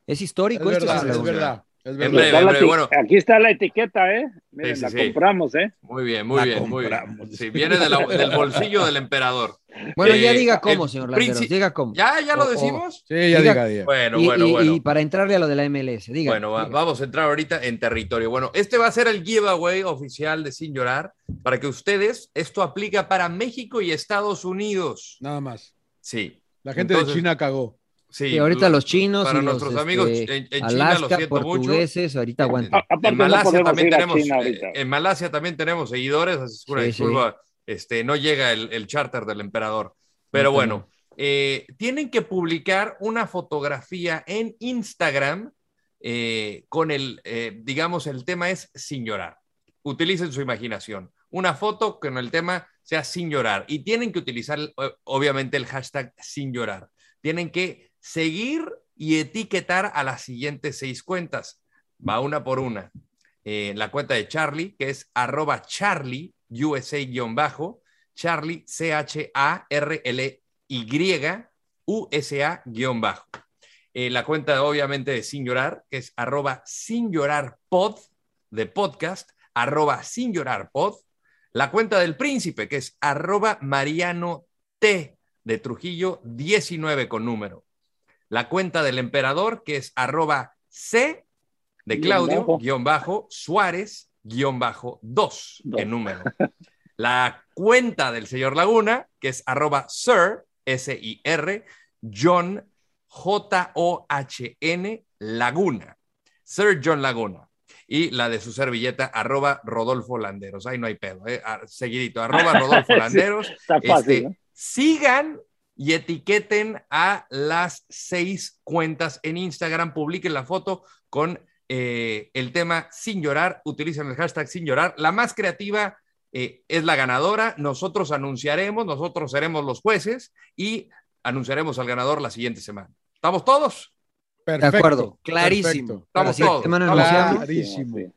Es Es histórico esto. verdad, señor es Laguna. verdad. Es En verdad. breve, Está en la breve. eti- Bueno, Aquí está la etiqueta, ¿eh? Sí, Miren, sí, la sí. compramos, ¿eh? muy bien, muy La bien, muy bien. compramos. Sí, viene de la- del bolsillo del emperador. Bueno, ya Eh, diga cómo, el señor Landeros, princi- diga cómo. ¿Ya, ya lo O- o- decimos? Sí, ya Diga- diga, diga. Bueno, y, bueno, y- bueno. y para entrarle a lo de la MLS, diga. Bueno, va- diga. vamos a entrar ahorita en territorio. Bueno, este va a ser el giveaway oficial de Sin Llorar para que ustedes, esto aplica para México y Estados Unidos. Nada más. Sí, La gente Entonces- de China cagó. sí. Y ahorita Lo- los chinos Para y los, nuestros este, amigos en, en China, lo Alaska, siento mucho. portugueses, ahorita aguanta. A- aparte en no Malasia podemos también ir a tenemos, China eh, ahorita. en Malasia también tenemos seguidores, así es que una Sí, sí. disculpa, este, no llega el, el charter del emperador. Pero Ahorita bueno, eh, tienen que publicar una fotografía en Instagram eh, con el, eh, digamos, el tema es sin llorar. Utilicen su imaginación. Una foto con el tema sea sin llorar. Y tienen que utilizar, eh, obviamente, el hashtag sin llorar. Tienen que seguir y etiquetar a las siguientes seis cuentas. Va una por una. Eh, la cuenta de Charlie, que es arroba Charlie, USA-bajo, Charlie, C-H-A-R-L-Y, USA-bajo. Eh, la cuenta, obviamente, de Sin Llorar, que es arroba Sin Llorar Pod, de podcast, arroba Sin Llorar Pod. La cuenta del príncipe, que es arroba Mariano T, de Trujillo, 19 con número. La cuenta del emperador, que es arroba C, de Guión Claudio, bajo. guión bajo, Suárez, Sir-2 en número. La cuenta del señor Laguna, que es arroba Sir, S-I-R, John, J-O-H-N, Laguna. Sir John Laguna. Y la de su servilleta, arroba Rodolfo Landeros. Ahí no hay pedo, ¿eh? Ah, Seguidito, arroba Rodolfo Sí, Landeros. está fácil, Este, ¿no? Sigan y etiqueten a las seis cuentas en Instagram. Publiquen la foto con eh, el tema sin llorar. Utilizan el hashtag sin llorar. La más creativa eh, es la ganadora. Nosotros anunciaremos, nosotros seremos los jueces y anunciaremos al ganador la siguiente semana. ¿Estamos todos? Perfecto, acuerdo, clarísimo. perfecto. Estamos Para la siguiente todos. semana Estamos anunciamos. Clarísimo. Sí, sí.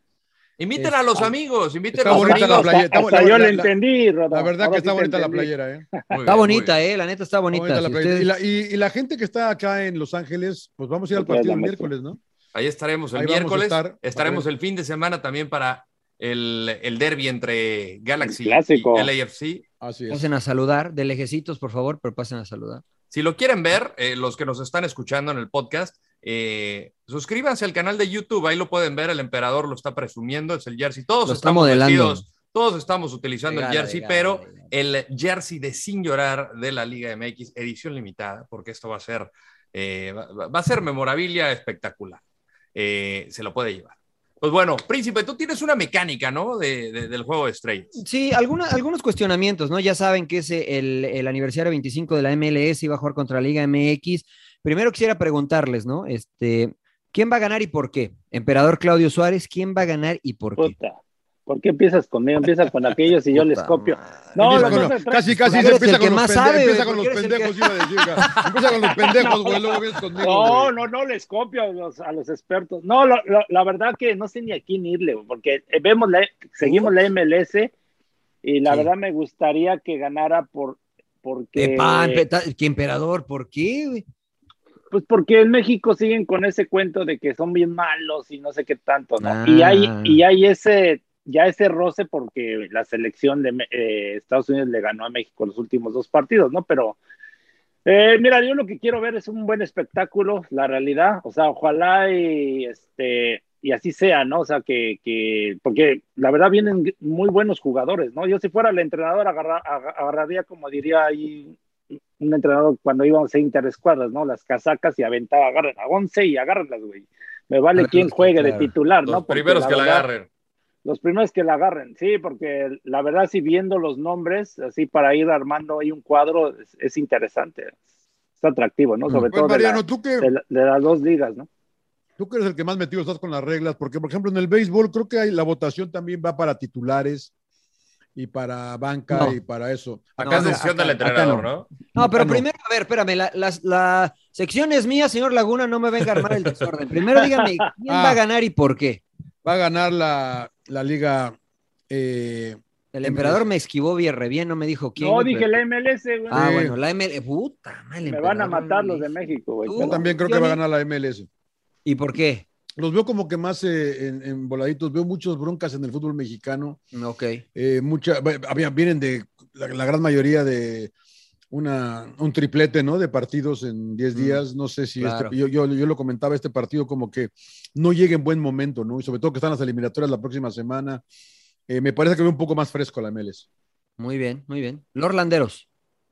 Inviten a los amigos, inviten Está a los bonita la amigos. playa- Hasta, está bu- hasta la- yo la- le entendí, Rodo. La verdad Ahora que sí está te bonita la entendí. playera, ¿eh? Muy bien, Está muy bonita, bien. eh, la neta está bonita. Está bonita la Si playera. ustedes- Y, la, y- y la gente que está acá en Los Ángeles, pues vamos a ir al Ok, la partido el muestra. miércoles, ¿no? Ahí estaremos el Ahí vamos a miércoles. estar. A Estaremos ver. el fin de semana también para el, el derby entre Galaxy El clásico. y LAFC. Así es. Pasen a saludar, de lejecitos, por favor, pero pasen a saludar. Si lo quieren ver, eh, los que nos están escuchando en el podcast, eh, suscríbanse al canal de YouTube. Ahí lo pueden ver. El emperador lo está presumiendo. Es el jersey. Todos Lo está estamos modelando. vestidos, todos estamos utilizando Regala, el jersey, regala, pero regala. el jersey de Sin Llorar de la Liga MX, edición limitada, porque esto va a ser, eh, va, va a ser memorabilia espectacular. Eh, se lo puede llevar. Pues bueno, Príncipe, tú tienes una mecánica, ¿no? De- de- del juego de estrellas. Sí, alguna- algunos cuestionamientos, ¿no? Ya saben que es el, el aniversario 25 de la MLS, iba a jugar contra la Liga MX. Primero quisiera preguntarles, ¿no? Este, ¿quién va a ganar y por qué? Emperador Claudio Suárez, ¿quién va a ganar y por qué? Puta. ¿Por qué empiezas conmigo? Empiezas con aquellos Pues, y yo les Puta copio. madre. No, no, Empieza con- no, no, casi, tú casi eres se empieza el con que los más pendejos. sabe, Empieza güey, con tú los eres el que- pendejos, iba a decir. güey. Empieza con los pendejos, güey. Luego vienes conmigo. No, güey. no, no les copio a los, a los expertos. No, lo- lo- la verdad que no sé ni a quién irle, güey, porque eh, vemos la, seguimos la MLS y la Sí. verdad me gustaría que ganara por porque Pepa, empe- ¿qué emperador? ¿Por qué? güey? pues porque en México siguen con ese cuento de que son bien malos y no sé qué tanto, ¿no? Ah. Y hay y hay ese ya ese roce porque la selección de Me- eh, Estados Unidos le ganó a México los últimos dos partidos, ¿no? Pero eh, mira, yo lo que quiero ver es un buen espectáculo, la realidad, o sea, ojalá y este y así sea, ¿no? O sea, que, que porque la verdad vienen muy buenos jugadores, ¿no? Yo si fuera el entrenador agarra- aga- agarraría como diría ahí un entrenador cuando íbamos a interescuadras, ¿no? Las casacas y aventaba, agarren a 11 y agárrenlas, güey. Me A vale ver, quien los que- juegue de claro. titular, ¿no? Los Porque primeros que la verdad- agarren. los primeros que la agarren, sí, porque la verdad, si viendo los nombres, así para ir armando ahí un cuadro, es, es interesante, es atractivo, ¿no? Sobre Pues, todo de, la- Mariano, tú que, de la- de las dos ligas, ¿no? tú que eres el que más metido estás con las reglas, porque, por ejemplo, en el béisbol creo que hay- la votación también va para titulares y para banca No. y para eso. Acá es no, decisión del acá entrenador, no. ¿no? No, pero Ah, no. primero, a ver, espérame, la, las- la sección es mía, señor Laguna, no me venga a armar el desorden. Primero dígame, ¿quién va a Ah. ganar y por qué? Va a ganar la, la liga. eh, El emperador me esquivó bien, re bien, no me dijo quién. Em- No, güey, dije pero- la MLS, güey. Ah, Sí. bueno, la ML, puta, mal me van a emperador, matar no los de le- México, güey. Tú yo pero- también creo que va a Johnny. ganar la MLS. ¿Y por qué? Los veo como que más eh, en, en voladitos. Veo muchos broncas en el fútbol mexicano. Mm, Ok. Eh, mucha- ve- había- vienen de la, la gran mayoría de una, un triplete, ¿no? De partidos en 10 Mm, días. No sé si este- claro. yo, yo, yo lo comentaba, este partido como que no llega en buen momento, ¿no? Y sobre todo que están las eliminatorias la próxima semana. Eh, me parece que veo un poco más fresco la Meles. Muy bien, muy bien. Lord Landeros.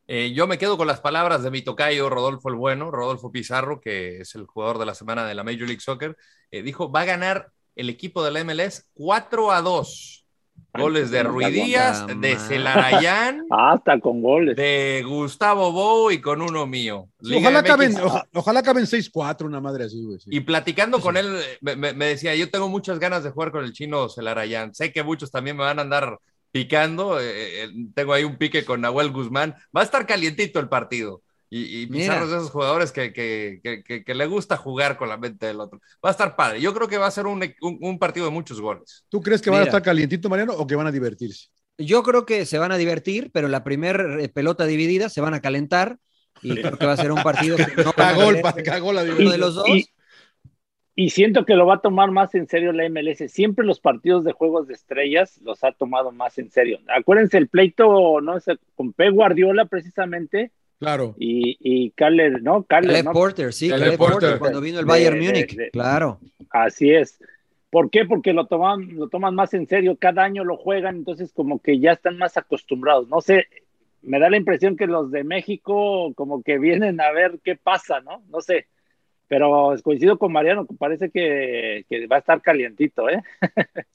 Eh, yo me quedo con las palabras de mi tocayo Rodolfo el Bueno, Rodolfo Pizarro, que es el jugador de la semana de la Major League Soccer. eh, dijo, va a ganar el equipo de la MLS 4 a 2. Goles de Ay, Ruidías, puta de madre. Celarayán, Hasta con goles. de Gustavo Bou y con uno mío. Sí, Liga ojalá, MX. caben, oja- ojalá caben 6-4, una madre así, güey. sí. Y platicando con él, eh, me, me- me decía, yo tengo muchas ganas de jugar con el chino Celarayán. Sé que muchos también me van a andar picando. eh, eh, tengo ahí un pique con Nahuel Guzmán. Va a estar calientito el partido. Y, y Mira. Pizarro es de esos jugadores que, que- que- que- que le gusta jugar con la mente del otro. Va a estar padre. Yo creo que va a ser un, un- un partido de muchos goles. ¿Tú crees que van a Mira. estar calientito, Mariano, o que van a divertirse? Yo creo que se van a divertir, pero la primera pelota dividida se van a calentar y creo que va a ser un partido que no van a Cagó, el querer pa- ver cagó la ninguno diversión. de los dos. Y- y siento que lo va a tomar más en serio la MLS. Siempre los partidos de juegos de estrellas los ha tomado más en serio. Acuérdense, el pleito, ¿no? Ese- Con P. Guardiola, precisamente, Claro. y, y Carles, ¿no? Carles, Caleb ¿no? Porter, sí, Caleb Caleb Porter, Porter. cuando vino el De- Bayern de- Múnich, de- claro. Así es. ¿Por qué? Porque lo toman, lo toman más en serio, cada año lo juegan, entonces como que ya están más acostumbrados. No sé, me da la impresión que los de México como que vienen a ver qué pasa, ¿no? No sé. Pero coincido con Mariano, que parece que, que va a estar calientito, ¿eh?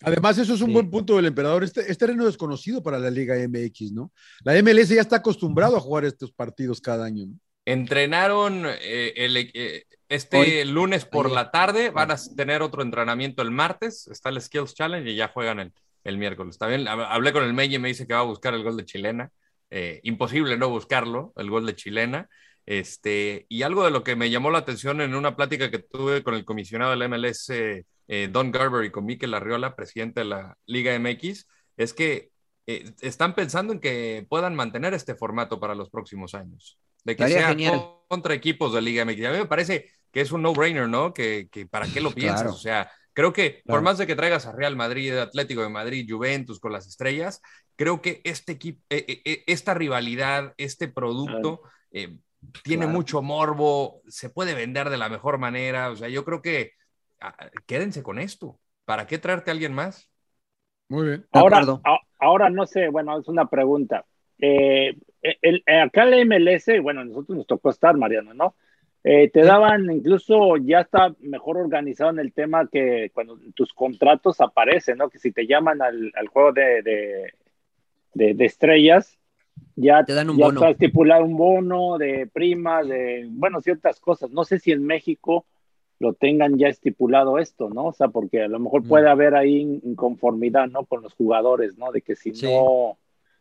Además, eso es un buen punto del emperador. Este, es terreno desconocido para la Liga MX, ¿no? La MLS ya está acostumbrado a jugar estos partidos cada año, ¿no? Entrenaron eh, el, eh, este lunes por la tarde, van a tener otro entrenamiento el martes, está el Skills Challenge y ya juegan el, el miércoles. Está bien, hab- hablé con el Meji y me dice que va a buscar el gol de Chilena. Eh, imposible no buscarlo, el gol de Chilena. Este, y algo de lo que me llamó la atención en una plática que tuve con el comisionado del MLS, eh, eh, Don Garber, y con Mikel Arriola, presidente de la Liga MX, es que eh, están pensando en que puedan mantener este formato para los próximos años. De que Estaría sea genial. con- contra equipos de Liga MX. A mí me parece que es un no-brainer, ¿no? Que, que para qué lo piensas. Claro. O sea, creo que por Claro. más de que traigas a Real Madrid, Atlético de Madrid, Juventus con las estrellas, creo que este equipo, esta rivalidad, este producto, eh, tiene Claro. mucho morbo, se puede vender de la mejor manera. O sea, yo creo que ah, quédense con esto. ¿Para qué traerte a alguien más? Muy bien. De Ahora, acuerdo. a- ahora no sé, bueno, es una pregunta. Eh, el- el- acá la MLS, bueno, nosotros nos tocó estar, Mariano, ¿no? Eh, te daban, incluso ya está mejor organizado en el tema que cuando tus contratos aparecen, ¿no? Que si te llaman al, al juego de, de, de- de estrellas, ya Te dan un ya bono. está estipulado un bono de prima, de, bueno, ciertas cosas. No sé si en México lo tengan ya estipulado esto, ¿no? O sea, porque a lo mejor Mm. puede haber ahí in- inconformidad, ¿no? Con los jugadores, ¿no? De que si Sí. no,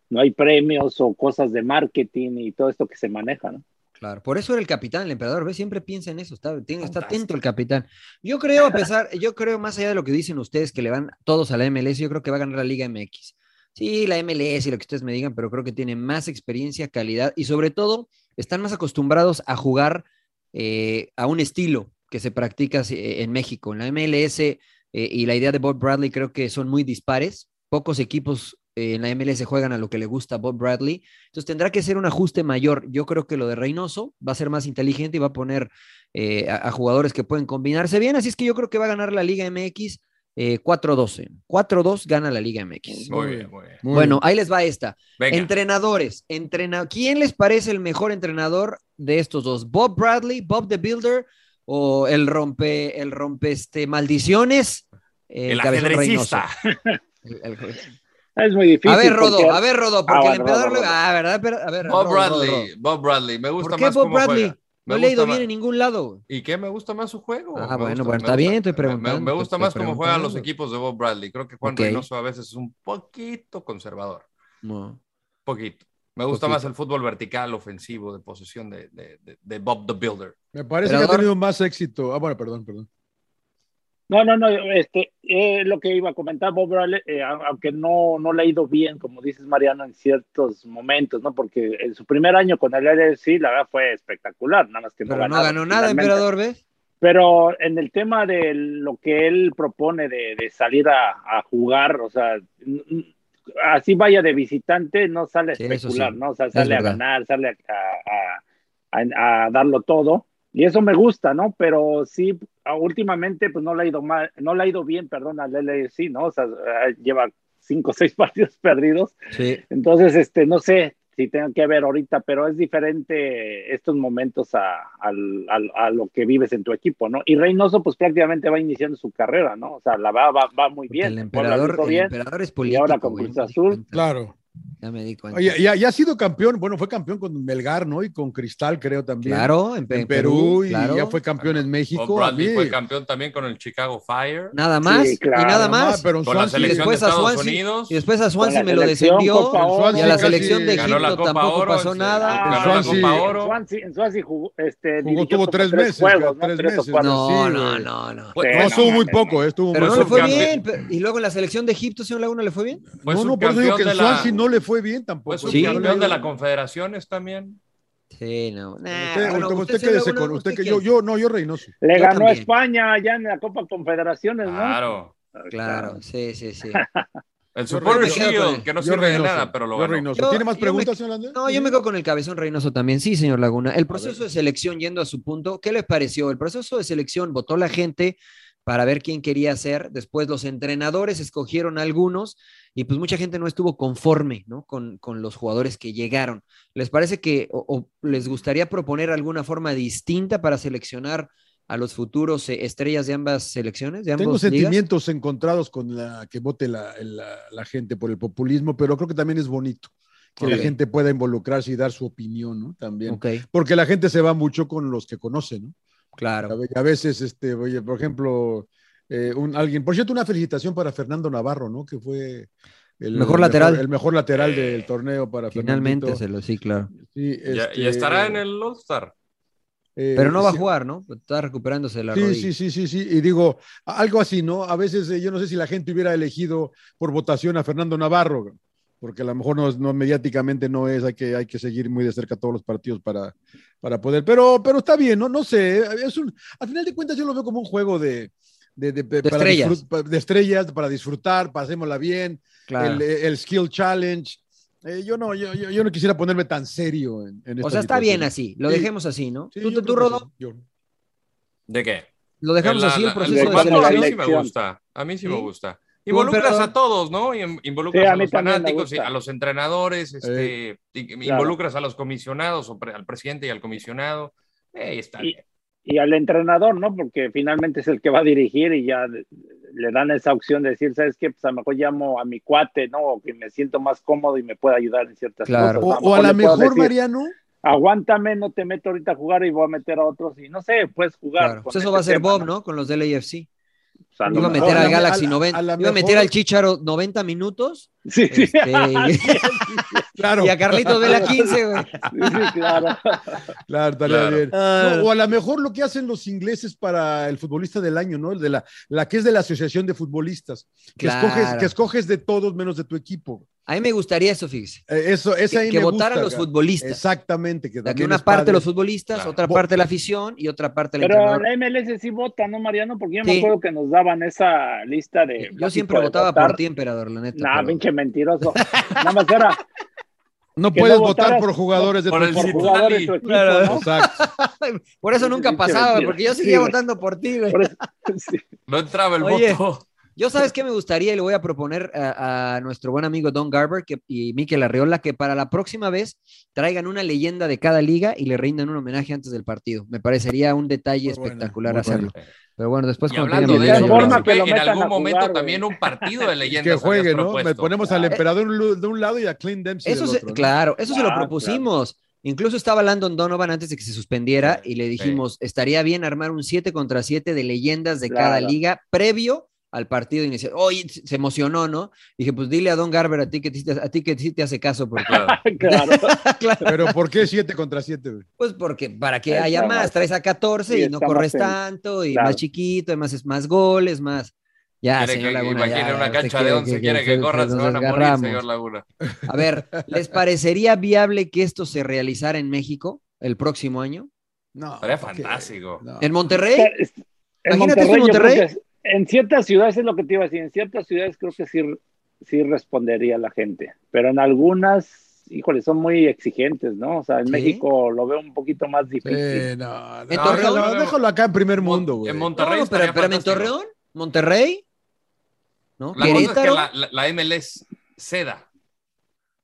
no hay premios o cosas de marketing y todo esto que se maneja, ¿no? Claro, por eso era el capitán, el emperador, ¿ves? Siempre piensa en eso, está, tiene, está atento el capitán. Yo creo, a pesar, yo creo, más allá de lo que dicen ustedes, que le van todos a la MLS, yo creo que va a ganar la Liga MX. Sí, la MLS y lo que ustedes me digan, pero creo que tiene más experiencia, calidad y sobre todo están más acostumbrados a jugar eh, a un estilo que se practica eh, en México. En la MLS eh, y la idea de Bob Bradley creo que son muy dispares. Pocos equipos eh, en la MLS juegan a lo que le gusta a Bob Bradley. Entonces tendrá que ser un ajuste mayor. Yo creo que lo de Reynoso va a ser más inteligente y va a poner eh, a, a jugadores que pueden combinarse bien. Así es que yo creo que va a ganar la Liga MX eh, 4-12. 4-2 gana la Liga MX. Muy, bien. bien, muy bien. Muy Bueno, ahí les va esta. Venga, Entrenadores. Entrena... ¿Quién les parece el mejor entrenador de estos dos? ¿Bob Bradley, Bob the Builder o el rompe, el rompe este, maldiciones? eh, el Cabezón ajedrecista. Reynoso? El- el- Ah, Es muy difícil. A ver, Rodo, porque- a ver, Rodo, porque Ah, el bueno, emperador Rodo, le- Rodo. Ah, ¿verdad? Pero, a ver, Bob Rodo, Rodo, Bradley, Rodo. Bob Bradley. Me gusta ¿Por qué más Bob cómo Bradley? juega. No Me le ha ido gusta bien en más- ningún lado. ¿Y qué? Me gusta más su juego. Ah, Me bueno, gusta- bueno, me está gusta- bien, estoy me- preguntando, Me, gusta estoy más cómo juegan los preguntando. equipos de Bob Bradley. Creo que Juan Ok. Reynoso a veces es un poquito conservador. No. Poquito. Me gusta Poquito. más el fútbol vertical, ofensivo, de posesión de, de- de- de Bob the Builder. Me parece que ha Emperador. tenido más éxito. Ah, bueno, perdón, perdón. No, no, no, este, eh, lo que iba a comentar Bob Bradley, eh, a- aunque no, no le ha ido bien, como dices Mariano, en ciertos momentos, ¿no? Porque en su primer año con el LFC, la verdad fue espectacular, nada más que Pero no ganaba ganó nada, finalmente. emperador, ¿ves? Pero en el tema de lo que él propone de, de salir a, a jugar, o sea, n- n- así vaya de visitante, no sale a Sí, eso especular, sí. ¿no? O sea, sale a verdad. ganar, sale a, a- a- a darlo todo. Y eso me gusta, ¿no? Pero sí, a- últimamente, pues no le ha ido mal, no le ha ido bien, perdón, al LAFC, ¿no? O sea, eh, lleva cinco o seis partidos perdidos. Sí. Entonces, este, no sé si tengo que ver ahorita, pero es diferente estos momentos a, al- al- a lo que vives en tu equipo, ¿no? Y Reynoso, pues prácticamente va iniciando su carrera, ¿no? O sea, la va, va, va muy bien. el Puebla lo emperador, hizo el bien. emperador es político. ahora con güey, Cruz ya me di Azul. cuenta, Claro. Ya me di cuenta. Oye, y ha, y ha sido campeón. Bueno, fue campeón con Melgar, ¿no? Y con Cristal, creo también. claro, en, Pe- En Perú, y claro. ya fue campeón en México. Bob Bradley A mí- fue campeón también con el Chicago Fire, Nada más Sí, claro, y nada Nada más. Pero en con la Swansea- Y selección de después a Estados Swansea, Unidos. Y después a Con la Swansea me lo selección, descendió. Copa Oro. Y a la Ah, Casi selección de ganó la Egipto Copa tampoco Oro, pasó sí. nada. Ganó la Copa Oro. En Swansea, en Swansea jugó, este, Jugó, dirigió tuvo como tres meses, juegos, ¿no? tres Tres o meses, cuatro. sí, No, güey. no, no, no. Fue- No, Sí, estuvo no, muy no, poco, eh, estuvo Pero muy no fue le fue bien. subcampeón. pero- Y luego en la selección de Egipto, si no le fue bien. Fue no, no, por eso digo subcampeón que de el la- Swansea no le fue bien Fue tampoco. Sí, subcampeón no le- de la Confederaciones también. Sí, no. nah, Usted, Ah, bueno, usted, usted usted quédese seguro, con no, usted, usted que yo, quién. yo, no, yo Reynoso. Le Yo ganó también. España ya en la Copa Confederaciones, ¿no? Claro. Claro, sí, sí, sí. El Yo Supporter me quedo con Shield, él. que no Yo sirve de Reynoso, nada, pero lo yo ganó. Reynoso. Yo- ¿Tiene más yo preguntas, señor Andrés? No, yo me quedo con el cabezón Reynoso también. Sí, señor Laguna. El proceso de selección, yendo a su punto, ¿qué le pareció? El proceso de selección votó la gente para ver quién quería ser. Después los entrenadores escogieron algunos y pues mucha gente no estuvo conforme ¿no? Con, con los jugadores que llegaron. ¿Les parece que o, o les gustaría proponer alguna forma distinta para seleccionar a los futuros eh, estrellas de ambas selecciones? De Tengo ambos ligas? sentimientos encontrados con la que vote la, la- la gente por el populismo, pero creo que también es bonito que Ok. la gente pueda involucrarse y dar su opinión, ¿no? También. Ok, Porque la gente se va mucho con los que conoce, ¿no? claro. A ve- A veces, este, oye, por ejemplo, eh, un, alguien, por cierto, una felicitación para Fernando Navarro, ¿no? Que fue el Mejor el lateral. el mejor lateral del torneo para Finalmente Fernandito. se lo, sí, claro. Sí, Eh, Ya- este, ya estará en el All-Star. eh, Pero no va a sí, jugar, ¿no? Está recuperándose la Sí, rodilla. sí, sí, sí, sí. Y digo, a- algo así, ¿no? A veces eh, yo no sé si la gente hubiera elegido por votación a Fernando Navarro, porque a lo mejor no, es- no mediáticamente no es, hay que, hay que seguir muy de cerca todos los partidos para, para poder. Pero, pero está bien, ¿no? No sé. Es un, al final de cuentas yo lo veo como un juego de. De, de- para estrellas. disfrut- pa- de estrellas, para disfrutar, pasémosla bien, claro. el, el Skill Challenge. Eh, yo, no, yo, yo, yo no quisiera ponerme tan serio en, en o esta sea, está bien situación. así. Lo Sí. dejemos así, ¿no? Sí, tú, yo tú, creo que Rodo, sí, yo- ¿De qué? lo dejamos La- así la- el proceso de formato a selección. mí selección. sí me Selección. gusta. A mí sí me Sí. gusta. Tú, Involucras Alfredo. a todos, ¿no? In- Involucras Sí, a a, mí los también me fanáticos, y gusta. a los entrenadores, Eh, este, y- y Claro. involucras a los comisionados, o pre- al presidente y al comisionado. Eh, está Y- bien. y al entrenador, ¿no? Porque finalmente es el que va a dirigir y ya de- le dan esa opción de decir, ¿sabes qué? Pues a lo mejor llamo a mi cuate, ¿no? O que me siento más cómodo y me pueda ayudar en ciertas Claro. O, cosas. o a la le puedo mejor, decir, Mariano, Aguántame, no te meto ahorita a jugar y voy a meter a otros y no sé, puedes jugar. Claro. con Pues eso este va a ser tema, Bob, ¿no? Con los del AFC. O sea, a lo Iba a mejor- meter a al la- Galaxy a la- 90. a la Iba a meter mejor- al Chicharo 90 minutos. Sí, sí, este, claro. y a Carlitos Vela 15, güey. sí, claro. Claro, estaría Claro. bien. No, o a lo mejor lo que hacen los ingleses para el futbolista del año, ¿no? El de la, la que es de la Asociación de Futbolistas. Que, Claro. escoges, que escoges de todos menos de tu equipo. A mí me gustaría eso, fíjese. Eh, eso, esa Que, ahí que me votaran gusta, los cara. futbolistas. Exactamente. Que, O sea, que también una es parte padre. los futbolistas, Claro. otra Bo- parte la afición y otra parte el Pero entrenador. la MLS sí vota, ¿no, Mariano? Porque yo Sí. Eh, me acuerdo que nos daban esa lista de. Yo siempre votaba por ti, emperador, la neta. Nah, pero- pinche mentiroso. Nada más era No que puedes no votar votaras por jugadores de por tu el por Sí, equipo. jugadores sí. de tu equipo, Claro. ¿no? Exacto. Por eso nunca Pinche pasaba, mentira. porque yo Sí, seguía güey. votando por ti, güey. Por eso- sí. No entraba el Oye. voto. Yo sabes qué me gustaría y le voy a proponer a, a nuestro buen amigo Don Garber que- y Mikel Arriola que para la próxima vez traigan una leyenda de cada liga y le rindan un homenaje antes del partido. Me parecería un detalle Muy buena, espectacular muy hacerlo. Pero bueno, después Y cuando hablando tengamos de la eso, liga, ya forma hablamos. que lo en metan a algún jugar, momento güey. también un partido de leyendas. Que juegue, habías ¿no? Me propuesto. ponemos al emperador de un- de un lado y a Clint Dempsey Eh, Eso del se- otro, ¿no? claro, eso se lo Ah, propusimos. Incluso estaba Landon Donovan antes de que se suspendiera y le dijimos, estaría bien armar un 7 contra 7 de leyendas de cada Claro. liga previo al partido inicial. Oye, se se emocionó, ¿no? Dije, pues dile a Don Garber a ti que, te- a ti que sí te hace caso porque Claro. Claro. Claro, Pero ¿por qué siete contra siete? güey? pues porque para que Está haya más, más- traes a 14 sí, y no está más corres en- tanto y claro. más chiquito, además es más goles, más. Ya, Quiere señor que- Laguna. ya, imagine ya, una usted cancha de 11, quiere que, nos- corran, nos se van a morir, desgarramos. señor Laguna. A ver, ¿les parecería viable que esto se realizara en México el próximo año? No. Estaría ¿por qué? fantástico. No. ¿En Monterrey? Está- es- En Imagínate eso Monterrey, en yo creo Monterrey. que es- en ciertas ciudades es lo que te iba a decir. En ciertas ciudades creo que sí, sí respondería la gente. Pero en algunas, híjole, son muy exigentes, ¿no? O sea, en Sí. México lo veo un poquito más difícil. Sí, Eh, no, no. ¿En Déjalo- Torreón? Déjalo acá en primer mundo, güey. En No, Monterrey. no, pero, estaría pero en fantástico. Torreón, Monterrey, ¿no? La cosa es que Querétaro. la, la- la MLS ceda. No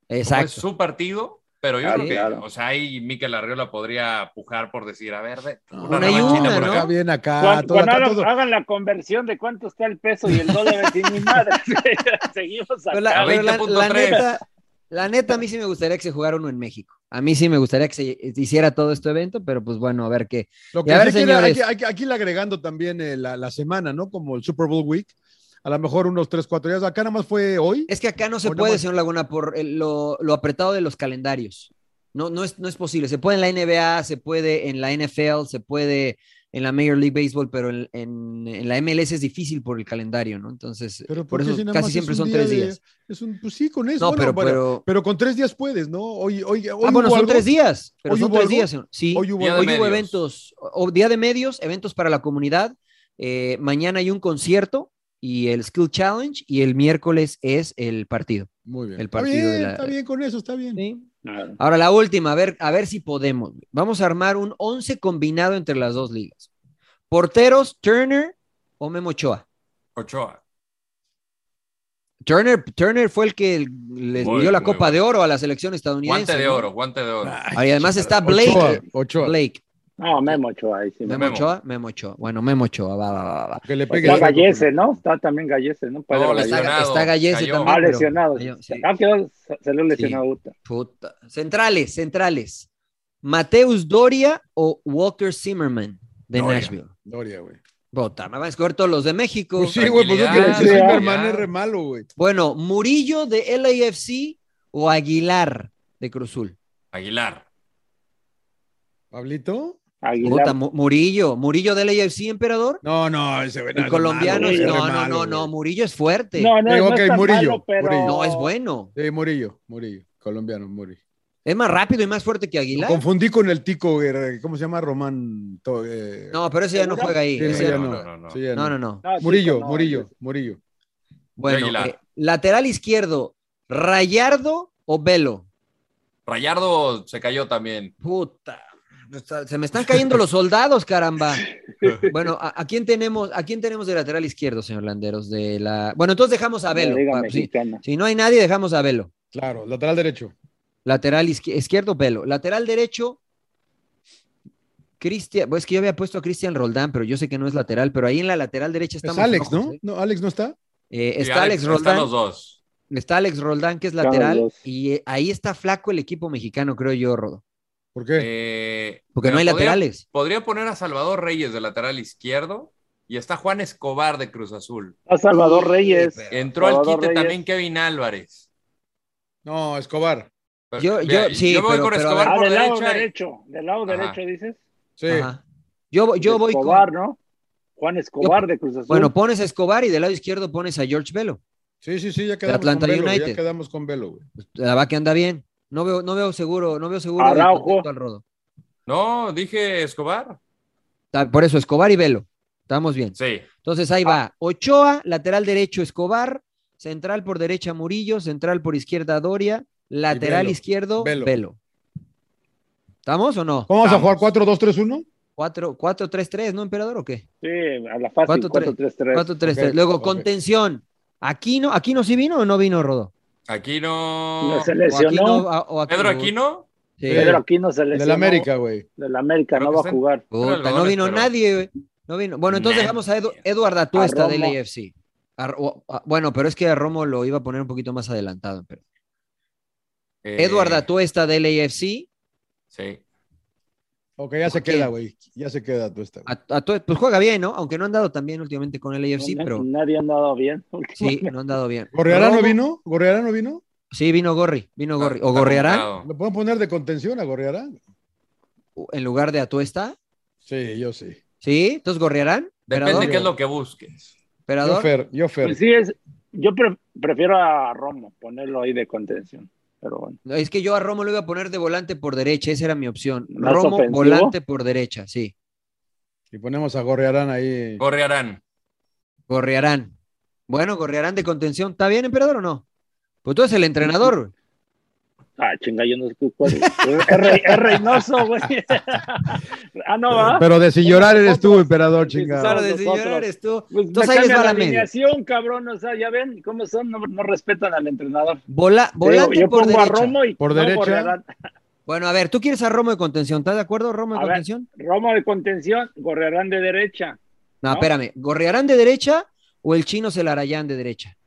Es Exacto. su partido, pero yo Claro, creo que, claro. o sea, ahí Mikel Arriola podría pujar por decir, a ver, de- No, Una y revanchita una, por ¿no? Acá acá. bien, Ah, acá. Cuando, todo, cuando acá, hagan, todo. hagan la conversión de cuánto está el peso y el dólar, así, ni madre. Seguimos acá. Pero la, A pero la- 20.3. la neta, la neta, a mí sí me gustaría que se jugara uno en México. A mí sí me gustaría que se hiciera todo este evento, pero pues bueno, a ver qué. Lo Y que a sí ver, quiere- señores. hay, que- hay que- hay que irle agregando también eh, la, la semana, ¿no? Como el Super Bowl Week. A lo mejor unos 3, 4 días. Acá nada más fue hoy. Es que acá no se Ponemos- puede, señor Laguna, por el- lo, lo apretado de los calendarios. No, no, es, no es posible. Se puede en la NBA, se puede en la NFL, se puede en la Major League Baseball, pero en, en- en la MLS es difícil por el calendario, ¿no? Entonces, Pero Eh, por ¿por qué eso si nada más casi es siempre un son día tres de- días. Es un, pues sí, con eso. No, bueno, pero, para- pero, pero- con tres días puedes, ¿no? Hoy, hoy, hoy Ah, hubo bueno, son algo. tres días, pero Hoy son hubo tres algo. días. señor. Sí, Hoy hubo Día de algo. Hoy hubo medios. eventos, o- o- día de medios, eventos para la comunidad. eh, mañana hay un concierto y el Skill Challenge y el miércoles es el partido. Muy bien. el Está partido de bien, la- está bien con eso, está bien. ¿sí? Claro. Ahora la última, a ver, a ver si podemos. Vamos a armar un 11 combinado entre las dos ligas. Porteros, Turner, o Memo Ochoa? Ochoa. Turner, Turner fue el que les Muy, dio la muy Copa de Oro a la selección estadounidense. Guante de ¿no? oro, guante de oro. Ah, y además está Blake. Ochoa, eh, Ochoa. Blake. No, Memo Ochoa, ahí sí. Memo Memo. Ochoa, Memo Ochoa. Bueno, Memo Ochoa, va, va, va, va. Que le pegue Está el saco. Gallese, ¿no? Está también Gallese, ¿no? Pedro No, Gallese. lesionado. Está Gallese cayó. también. Ah, pero- lesionado. cayó, sí. Ah, quedó, salió lesionado. Uta. Puta. Centrales, centrales. Mateus Doria o Walker Zimmerman de Doria. Nashville. Doria, güey. Vota, me van a escoger todos los de México. Pues sí, güey, pues no Tranquilidad, tienes que decir, tranquilidad. hermano, es re malo, güey. Bueno, Murillo de LAFC o Aguilar de Cruzul. Aguilar. ¿Pablito? Aguilar. Puta, Mu- Murillo, Murillo de LAFC, emperador. No, no, ese güey. no, Y es colombianos, malo, güey, no, es re no, malo, no, güey. no, Murillo es fuerte. No, No, no, Eh, no ok, es tan Murillo, malo, pero... Murillo. No, es bueno. Sí, Murillo, Murillo, colombiano, Murillo. Es más rápido y más fuerte que Lo Aguilar. confundí con el tico, güey, ¿cómo se llama? Román. To- eh, No, pero ese ya no ¿Seguro? juega ahí. sí, ese no, ya ya no. no, no, no. sí, ya No, no, no. No, chico, Murillo, Ah, no, Murillo, Murillo. Bueno, Aguilar. eh, lateral izquierdo, Rayardo o Velo. Rayardo se cayó también. Puta. está- Se me están cayendo los soldados, caramba. Bueno, ¿a, a quién tenemos, ¿a quién tenemos de lateral izquierdo, señor Landeros? De la... Bueno, entonces dejamos a la Velo. Liga pa- sí. Mexicana. Si no hay nadie, dejamos a Velo. Claro, lateral derecho. Lateral izqui- izquierdo, Velo. Lateral derecho, Cristian. Pues es que yo había puesto a Cristian Roldán, pero yo sé que no es lateral, pero ahí en la lateral derecha Es estamos. Alex, flojos, ¿no? ¿eh? No, Alex no está. Eh, Y está Alex Roldán. Están los dos. Está Alex Roldán, que es Están los lateral, dos. y eh, ahí está flaco el equipo mexicano, creo yo, Rodo. ¿Por qué? Eh, Porque no pero hay podría- laterales. Podría poner a Salvador Reyes de lateral izquierdo y está Juan Escobar de Cruz Azul. A Ah, Salvador Reyes. Entró al Salvador quite Reyes. también Kevin Álvarez. No, Escobar. Pero- Yo- mira, yo- sí, voy pero- con pero- Escobar Ah, por del lado derecha. y- derecho. Del lado Ajá. derecho, dices. Sí. Ajá. Yo, yo voy con- Escobar, ¿no? Juan Escobar de Cruz Azul. Bueno, pones a Escobar y del lado izquierdo pones a George Velo. Sí, sí, sí, ya quedamos Atlanta con Velo, güey, United. Ya quedamos con Velo, güey. Pues, La va que anda bien. No veo, no veo seguro, no veo seguro el Araujo. contacto al rodo. No, dije Escobar. Ta- Por eso, Escobar y Velo. Estamos bien. Sí. Entonces ahí va. Ochoa, lateral derecho, Escobar, central por derecha Murillo, central por izquierda Doria, lateral Velo, izquierdo Velo. Velo. ¿Estamos o no? ¿Cómo vamos a jugar? Vamos. 4-2-3-1. 4-3-3, ¿no, emperador o qué? Sí, a la fácil, ¿Cuánto tres? 4-3-3. 4-3-3. Ok, Luego, ok. contención. ¿Aquino, ¿Aquino sí vino o no vino, Rodo? Aquino. No se ¿O Aquino, lesionó. a- o Pedro Aquino. Sí. Pedro Aquino se lesionó. Del América, güey. Del América, Creo no que va está a en- jugar. Puta, Pedro no Algodón, vino pero- nadie, güey. No vino. Bueno, entonces Nadie. dejamos a Edu- Eduardo Atuesta A del Romo. AFC. A Ro- o- a- bueno, pero es que a Romo lo iba a poner un poquito más adelantado. Pero... eh, Eduardo Atuesta del AFC. Sí. Ok, ya se ¿Quién? queda, güey. Ya se queda tú esta. güey. At- Atue- pues juega bien, ¿no? Aunque no han dado tan bien últimamente con el AFC, Na- pero Nadie ha andado bien. sí, no han dado bien. ¿Gorreará no Romo- vino? ¿Gorreará no vino? Sí, vino Gorri. Ah, Vino Gorri. Está- ¿O está Gorriarán complicado. ¿Lo pueden poner de contención a Gorreará? en lugar de Atuesta? Sí, yo sí. Sí, entonces Gorriarán. Depende Emperador. qué es lo que busques. Yo Emperador. Fer, yo Fer. Pues sí, es, yo pre- prefiero a Romo ponerlo ahí de contención. Pero bueno. No, Es que yo a Romo lo iba a poner de volante por derecha, esa era mi opción. ¿Más Romo, ofensivo? volante por derecha, sí. Y ponemos a Gorrearán ahí. Gorriarán. Gorriarán. Bueno, Gorriarán de contención. ¿Está bien, emperador, o no? Pues tú eres el entrenador. güey. Ah, chinga, yo no sé cuál. Es, Re- es Reynoso, güey. ah, no, va. Pero de sin llorar eres tú, Nosotros. emperador, Sí, sí, chingado. Claro, de nosotros. señor eres tú. Pues me Entonces ahí les cambia va la la media. alineación, cabrón. O sea, ya ven cómo son, no, no respetan al entrenador. Vola- Te digo, volante yo por pongo derecha. a Romo y Por no derecha. Gorriarán. Bueno, a ver, tú quieres a Romo de contención. ¿Estás de acuerdo, Romo de A ver. contención? Romo de contención, Gorriarán de derecha. No, No. espérame. ¿Gorriarán de derecha o el chino Celarayán de derecha?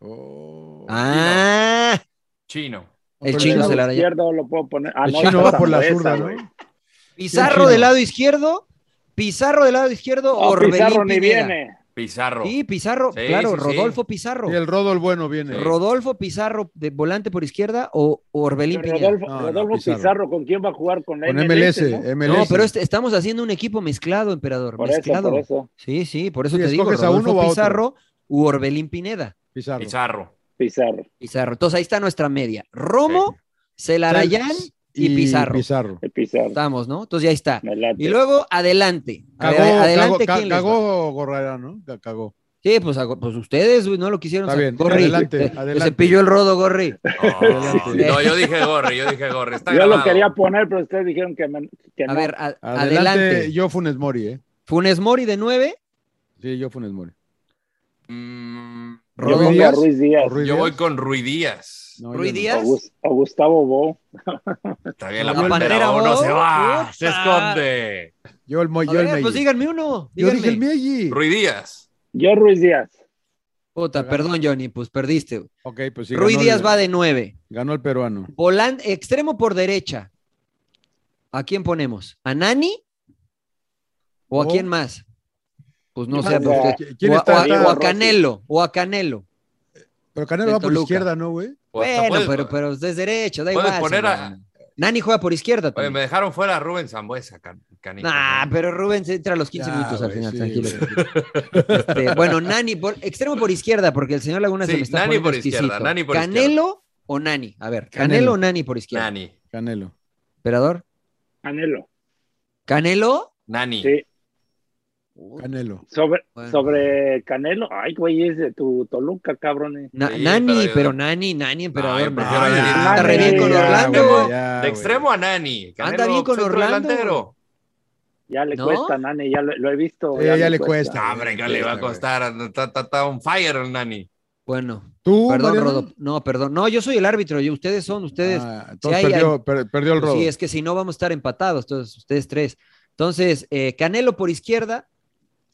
Oh. ah, Chino. el Pero chino el lado Celarayán. izquierdo lo puedo poner. Ah, El no, chino esa va por la Zambuesa, zurda, Pues ¿no? güey. Pizarro el del chino. lado izquierdo. Pizarro del lado izquierdo. No, Orbelín Pizarro ni Pineda. viene. Pizarro. Sí, Pizarro, Sí, claro, sí, sí. Rodolfo Pizarro. Y el Rodo el bueno viene. Rodolfo Pizarro de volante por izquierda o Orbelín Pineda. Rodolfo, No, no, Rodolfo Pizarro. Pizarro. ¿con quién va a jugar? Con la ¿eh? Con MLS, MLS, ¿no? MLS. No, pero este- estamos haciendo un equipo mezclado, eh, emperador. Por eso, mezclado. por eso. Sí, sí, por eso Sí, te digo. escoges a Rodolfo uno o a otro. Pizarro u Orbelín Pineda. Pizarro. Pizarro. Pizarro. Pizarro. Entonces ahí está nuestra media. Romo, Celarayán y, Pizarro. Pizarro. El eh, Pizarro. Estamos, ¿no? Entonces ya está. Me late. Y luego adelante. A Cagó, ver, adelante, cagó, ¿quién les va? cagó Gorrarán, ¿no? Ca- Cagó. Sí, pues, hago- pues ustedes güey, no lo quisieron. Está sacar. bien, Gorri, adelante, te- te adelante. cepilló el rodo, Gorri. No, Sí. Oh, no, yo dije Gorri, yo dije Gorri. Está Yo grabado. lo quería poner, pero ustedes dijeron que, me- que A no. ah, ver, a- Adelante, adelante. yo Funes Mori, ¿eh? Funes Mori de 9, Sí, yo Funes Mori. Mm, Yo voy a Ruiz Díaz. ¿O Ruiz yo Díaz? voy con Ruidías. No, yo Ruiz no. Díaz. O, Gus- o Gustavo Bo. Está bien, la, La pantera, Pantera Bo no Bo, se va, puta. se esconde. Yo el Moy, yo el Joder, pues Meiji. díganme uno. Yo dije el díganme. Meiji. Ruidías. Yo Ruiz Díaz. Puta, perdón, Johnny, pues perdiste. güey. Ok, pues sí. Rui ganó Díaz el- va de nueve. Ganó el peruano. Volante, extremo por derecha. ¿A quién ponemos? ¿A Nani? ¿O a No. quién más? Pues no Ah, sé, pues, pero usted- ¿Qui- ¿Quién o, a- está? o a- Está- o a Canelo, o a Canelo. Pero Canelo de va por la Toluca. izquierda, ¿no, güey? O hasta Bueno, puedes- pero, pero es derecha, da puedes igual. poner a- señor. Nani juega por izquierda. Oye, también. me dejaron fuera a Rubén Zambuesa, can- canijo. Nah, ¿no? pues, pero Rubén se entra a los 15 Ya, minutos al güey, final, sí, tranquilo. güey. Este, bueno, Nani, por, extremo por izquierda, porque el señor Laguna se Sí, me está Nani poniendo por izquierda, exquisito. Nani por ¿Canelo o Nani? A ver, ¿Canelo, Canelo. o Nani por izquierda? Nani. Canelo. Emperador. Anhelo. ¿Canelo? Nani. Sí. Canelo. Sobre, Bueno. sobre Canelo. Ay, güey, es de tu Toluca, cabrón. eh. Na- Sí, Nani, pero yo- pero, Nani, Nani, No, emperador. yo Nani. prefiero a Nani. Anda re bien con Ya, Orlando. güey, De extremo a Nani. Anda bien con centro Orlando. delantero. Ya le ¿No? cuesta, Nani, ya lo, lo he visto. Sí, ya le cuesta. No, hombre, ¿qué le va a costar? Está, está- está on fire el Nani. Bueno, ¿Tú, perdón, Mariano? Rodo. No, perdón. No, yo soy el árbitro. y ustedes son, ustedes. Ah, entonces Sí, hay- perdió, per- perdió el Pues Rodo. sí, es que si no vamos a estar empatados, todos ustedes tres. Entonces, eh, Canelo por izquierda,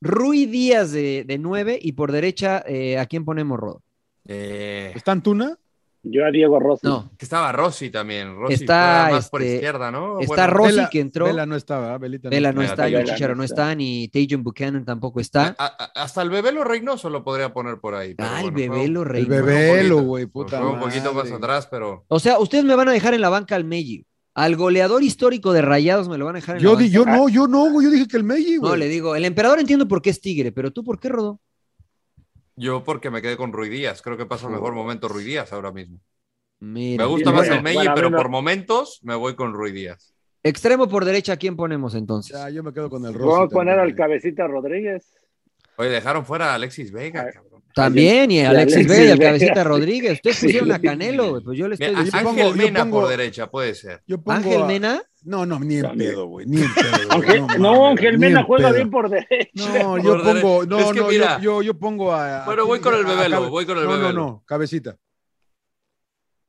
Rui Díaz de, de nueve y por derecha, eh, ¿a quién ponemos Rodo? Eh, ¿Está Antuna? Yo a Diego Rossi. No, que estaba Rossi también. Rossi Está, está más por este, izquierda, ¿no? está Bueno, Rossi Vela- que entró, Vela Vela, no estaba, Velita no no Vela está, no John está. Chicharo no está, ni Tayun Buchanan tampoco está. eh, a- a- hasta el Bebelo Reynoso lo podría poner por ahí. pero Ah, el bueno, fue un- Bebelo El Reina. Bebelo, poquito. güey, fue puta un poquito madre. más atrás, pero O sea, ustedes me van a dejar en la banca al Meji. Al goleador histórico de Rayados me lo van a dejar en Yo, la banca. di, yo no, yo no, güey, yo dije que el Meiji, güey. No, le digo, el emperador entiendo por qué es tigre, pero tú por qué, Rodo. yo porque me quedé con Ruidías. Creo que pasa mejor momento Ruidías ahora mismo. Mira. Me gusta Sí, más bueno, el Meiji, bueno, a mí pero me- por momentos me voy con Ruidías. Extremo por derecha, ¿a quién ponemos entonces? Ya, yo me quedo con el Rossi. Vamos a poner al también, güey. cabecita Rodríguez. Oye, dejaron fuera a Alexis Vega, Ah, cabrón. También, y a Alexis, Alexis Vega y al Vega. Cabecita Rodríguez. Ustedes Sí. pusieron a Canelo, güey, pues yo le Mira, estoy yo a- diciendo. pongo- Ángel yo Mena pongo- por derecha, puede ser. Yo pongo Ángel a- Mena, No, no, ni en También. pedo, güey, ni en pedo. güey, Ángel- mames, no, Ángel ni Mena en juega pedo. bien por derecha. No, Por yo pongo, eh, derecha. no, Es que no, yo- mira. yo, yo pongo a. Bueno, voy con el Bebelo, Cabe- voy con el no, Bebelo. No, no, cabecita.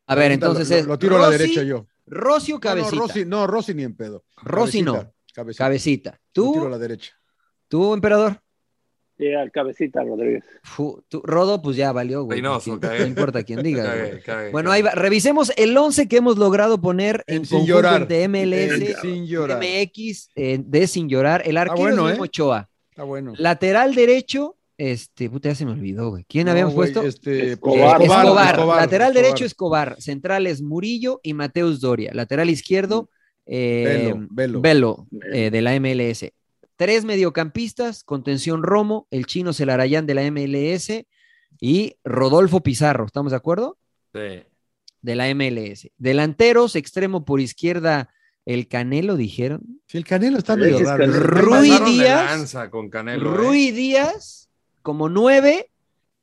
a ver, entonces lo, es. lo tiro a la Rossi, derecha yo. Rossi o No, no, Cabecita. Rossi, no, Rossi ni en pedo. Rossi no, Cabecita, Cabecita. Cabecita. Lo tiro a Tú, la derecha. tú, emperador. Sí, eh, al cabecita Rodríguez. Fu- tú, Rodo, pues ya valió, güey. Reynoso, porque cagué. No importa quién diga. Cagué, güey. cagué, Bueno, cagué. ahí va. Revisemos el 11 que hemos logrado poner en En sin conjunto llorar. entre En MLS, sin llorar. MX, eh, de Sin Llorar. El arquero bueno, es Memo ¿eh? Ochoa. Está bueno. Lateral derecho, este, puta, ya se me olvidó, güey. ¿Quién No, habíamos güey, puesto? Este, Escobar. Eh, Escobar, Escobar, lateral Escobar. derecho Escobar, centrales Murillo y Mateus Doria, lateral izquierdo eh, Velo, Velo. Velo, eh, de la MLS. Tres mediocampistas, contención Romo, el chino Celarayán de la MLS y Rodolfo Pizarro, ¿estamos de acuerdo? Sí. De la MLS. Delanteros, extremo por izquierda, el Canelo, dijeron. Si el Canelo está Ese medio es raro. Canelo. Está Rui pasado. Pasaron de Díaz. lanza con Canelo. ¿eh? Rui Díaz como nueve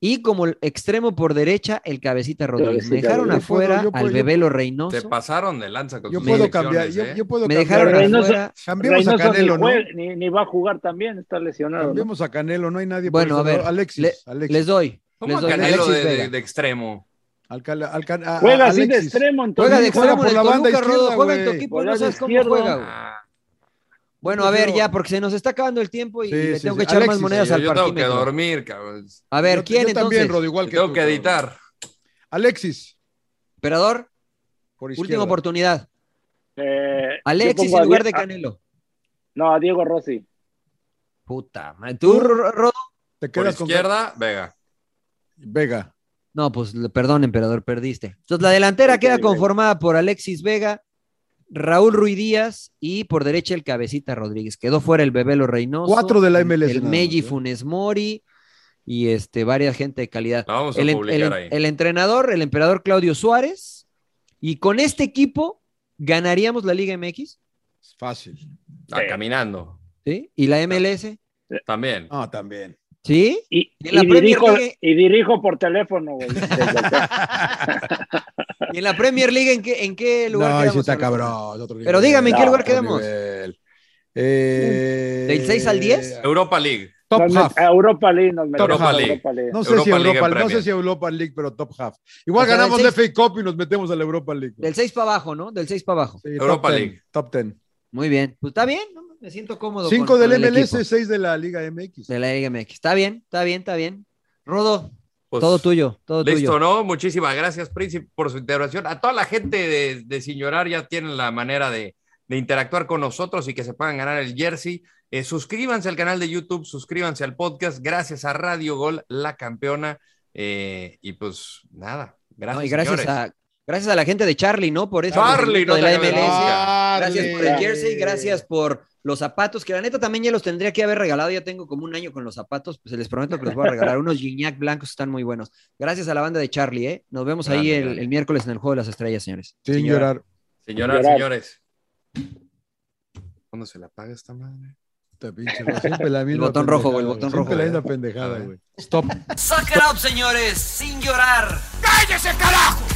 y como el extremo por derecha el cabecita Rodríguez. Me Cabecita dejaron Rodríguez. Yo afuera puedo, yo puedo, al yo Bebelo Se Reynoso. pasaron de lanza con Yo sus puedo elecciones, cambiar, yo, Pues, ¿eh? yo puedo Me cambiar. dejaron Reynoso- afuera. Cambiemos a Reynoso Canelo, ni, ¿no? juega- ni- ni va a jugar también, está lesionado. ¿no? Cambiemos a Canelo, no hay nadie. Bueno, por a ese ver, lado. Alexis, le- Alexis. Les doy. ¿Cómo Les a doy. Canelo Alexis de, de- Vega. de extremo? Al Cal- al Can- a- Juega a así de Alexis. extremo, entonces. Juega de Juega extremo por en la el banda Toluca, Rodo. izquierda, Juega en tu güey. equipo, Por no la sabes cómo izquierda. juega. güey. Ah, Bueno, a ver prefiero- ya, porque se nos está acabando el tiempo y Sí, y le sí, tengo sí. que echar más Alexis, yo, monedas yo al tengo que parquímetro. dormir, cabrón. A ver, Yo- ¿quién yo también, entonces? Rodo, igual que tengo tú, que cabrón. editar. Alexis, Emperador, por última izquierda. oportunidad. Eh, yo Alexis pongo en a lugar Die- de Canelo. a- No, a Diego Rossi. Puta, madre. ¿Tú, Ro- Rodo? Te Por quedas con izquierda, Vega. Vega. No, pues le- perdón, emperador, perdiste. Entonces la delantera Ok, queda Vega. conformada por Alexis Vega, Raúl Ruiz Díaz y por derecha el Cabecita Rodríguez. Quedó fuera el Bebelo Reynoso. Cuatro de la MLS El nada Meji más, ¿eh? Funes Mori y este, varias gente de calidad. La vamos a El, en- publicar el- ahí. el entrenador, el emperador Claudio Suárez. Y con este equipo ganaríamos la Liga MX Fácil. Ah, caminando. ¿sí? y la MLS. También. Ah, también. ¿Sí? Y, En la y Premier dirijo, League- y dirijo por teléfono, güey. desde acá. ¿Y en la Premier League en qué, en qué lugar No, y quedamos? sí está Alonso? cabrón. es otro nivel. Pero dígame, ¿en qué No, lugar otro quedamos? nivel. Eh, ¿Del seis al diez? Ah. Europa League. Top Nos half. met- a Europa League nos metemos, Europa a League. Europa League. No sé, Europa si League Europa, en no sé Premier. si Europa League, pero top half. Igual O sea, ganamos del la FA Cup y nos metemos a la Europa League. Del 6 para abajo, ¿no? Del 6 para abajo. Sí, Europa top 10, League. Top 10. Muy bien. Pues está bien, ¿no? Me siento cómodo. 5 con- del con el MLS, equipo 6 de la Liga MX. De la Liga MX. Está bien, está bien, está bien. Rodo, Pues, todo tuyo, todo Listo, tuyo. ¿no? Muchísimas gracias, Príncipe, por su intervención. A toda la gente de, de Sin Llorar ya tienen la manera de, de interactuar con nosotros y que se puedan ganar el jersey. Eh, suscríbanse al canal de YouTube, suscríbanse al podcast. Gracias a Radio Gol, la campeona. Eh, y pues nada, gracias. No, y gracias señores. a, gracias a la gente de Charlie, ¿no? Por eso. Charlie, no de te la acabes de- MLS. Dale. Gracias por el jersey, gracias por los zapatos, que la neta también ya los tendría que haber regalado, ya tengo como un año con los zapatos, pues les prometo que los voy a regalar, unos Gignac blancos están muy buenos. Gracias a la banda de Charlie, ¿eh? Nos vemos ahí Grande, el, grande. el miércoles en el Juego de las Estrellas, señores. Sin Señora. llorar. Señoras, Llorar. señores. ¿Cuándo se la paga esta madre? Puta pinche, güey, siempre la misma botón pendejada, rojo, güey, el güey, botón siempre rojo, la güey. Ah, misma pendejada, güey. Stop. Suck it up, señores, sin llorar. ¡Cállese, carajo!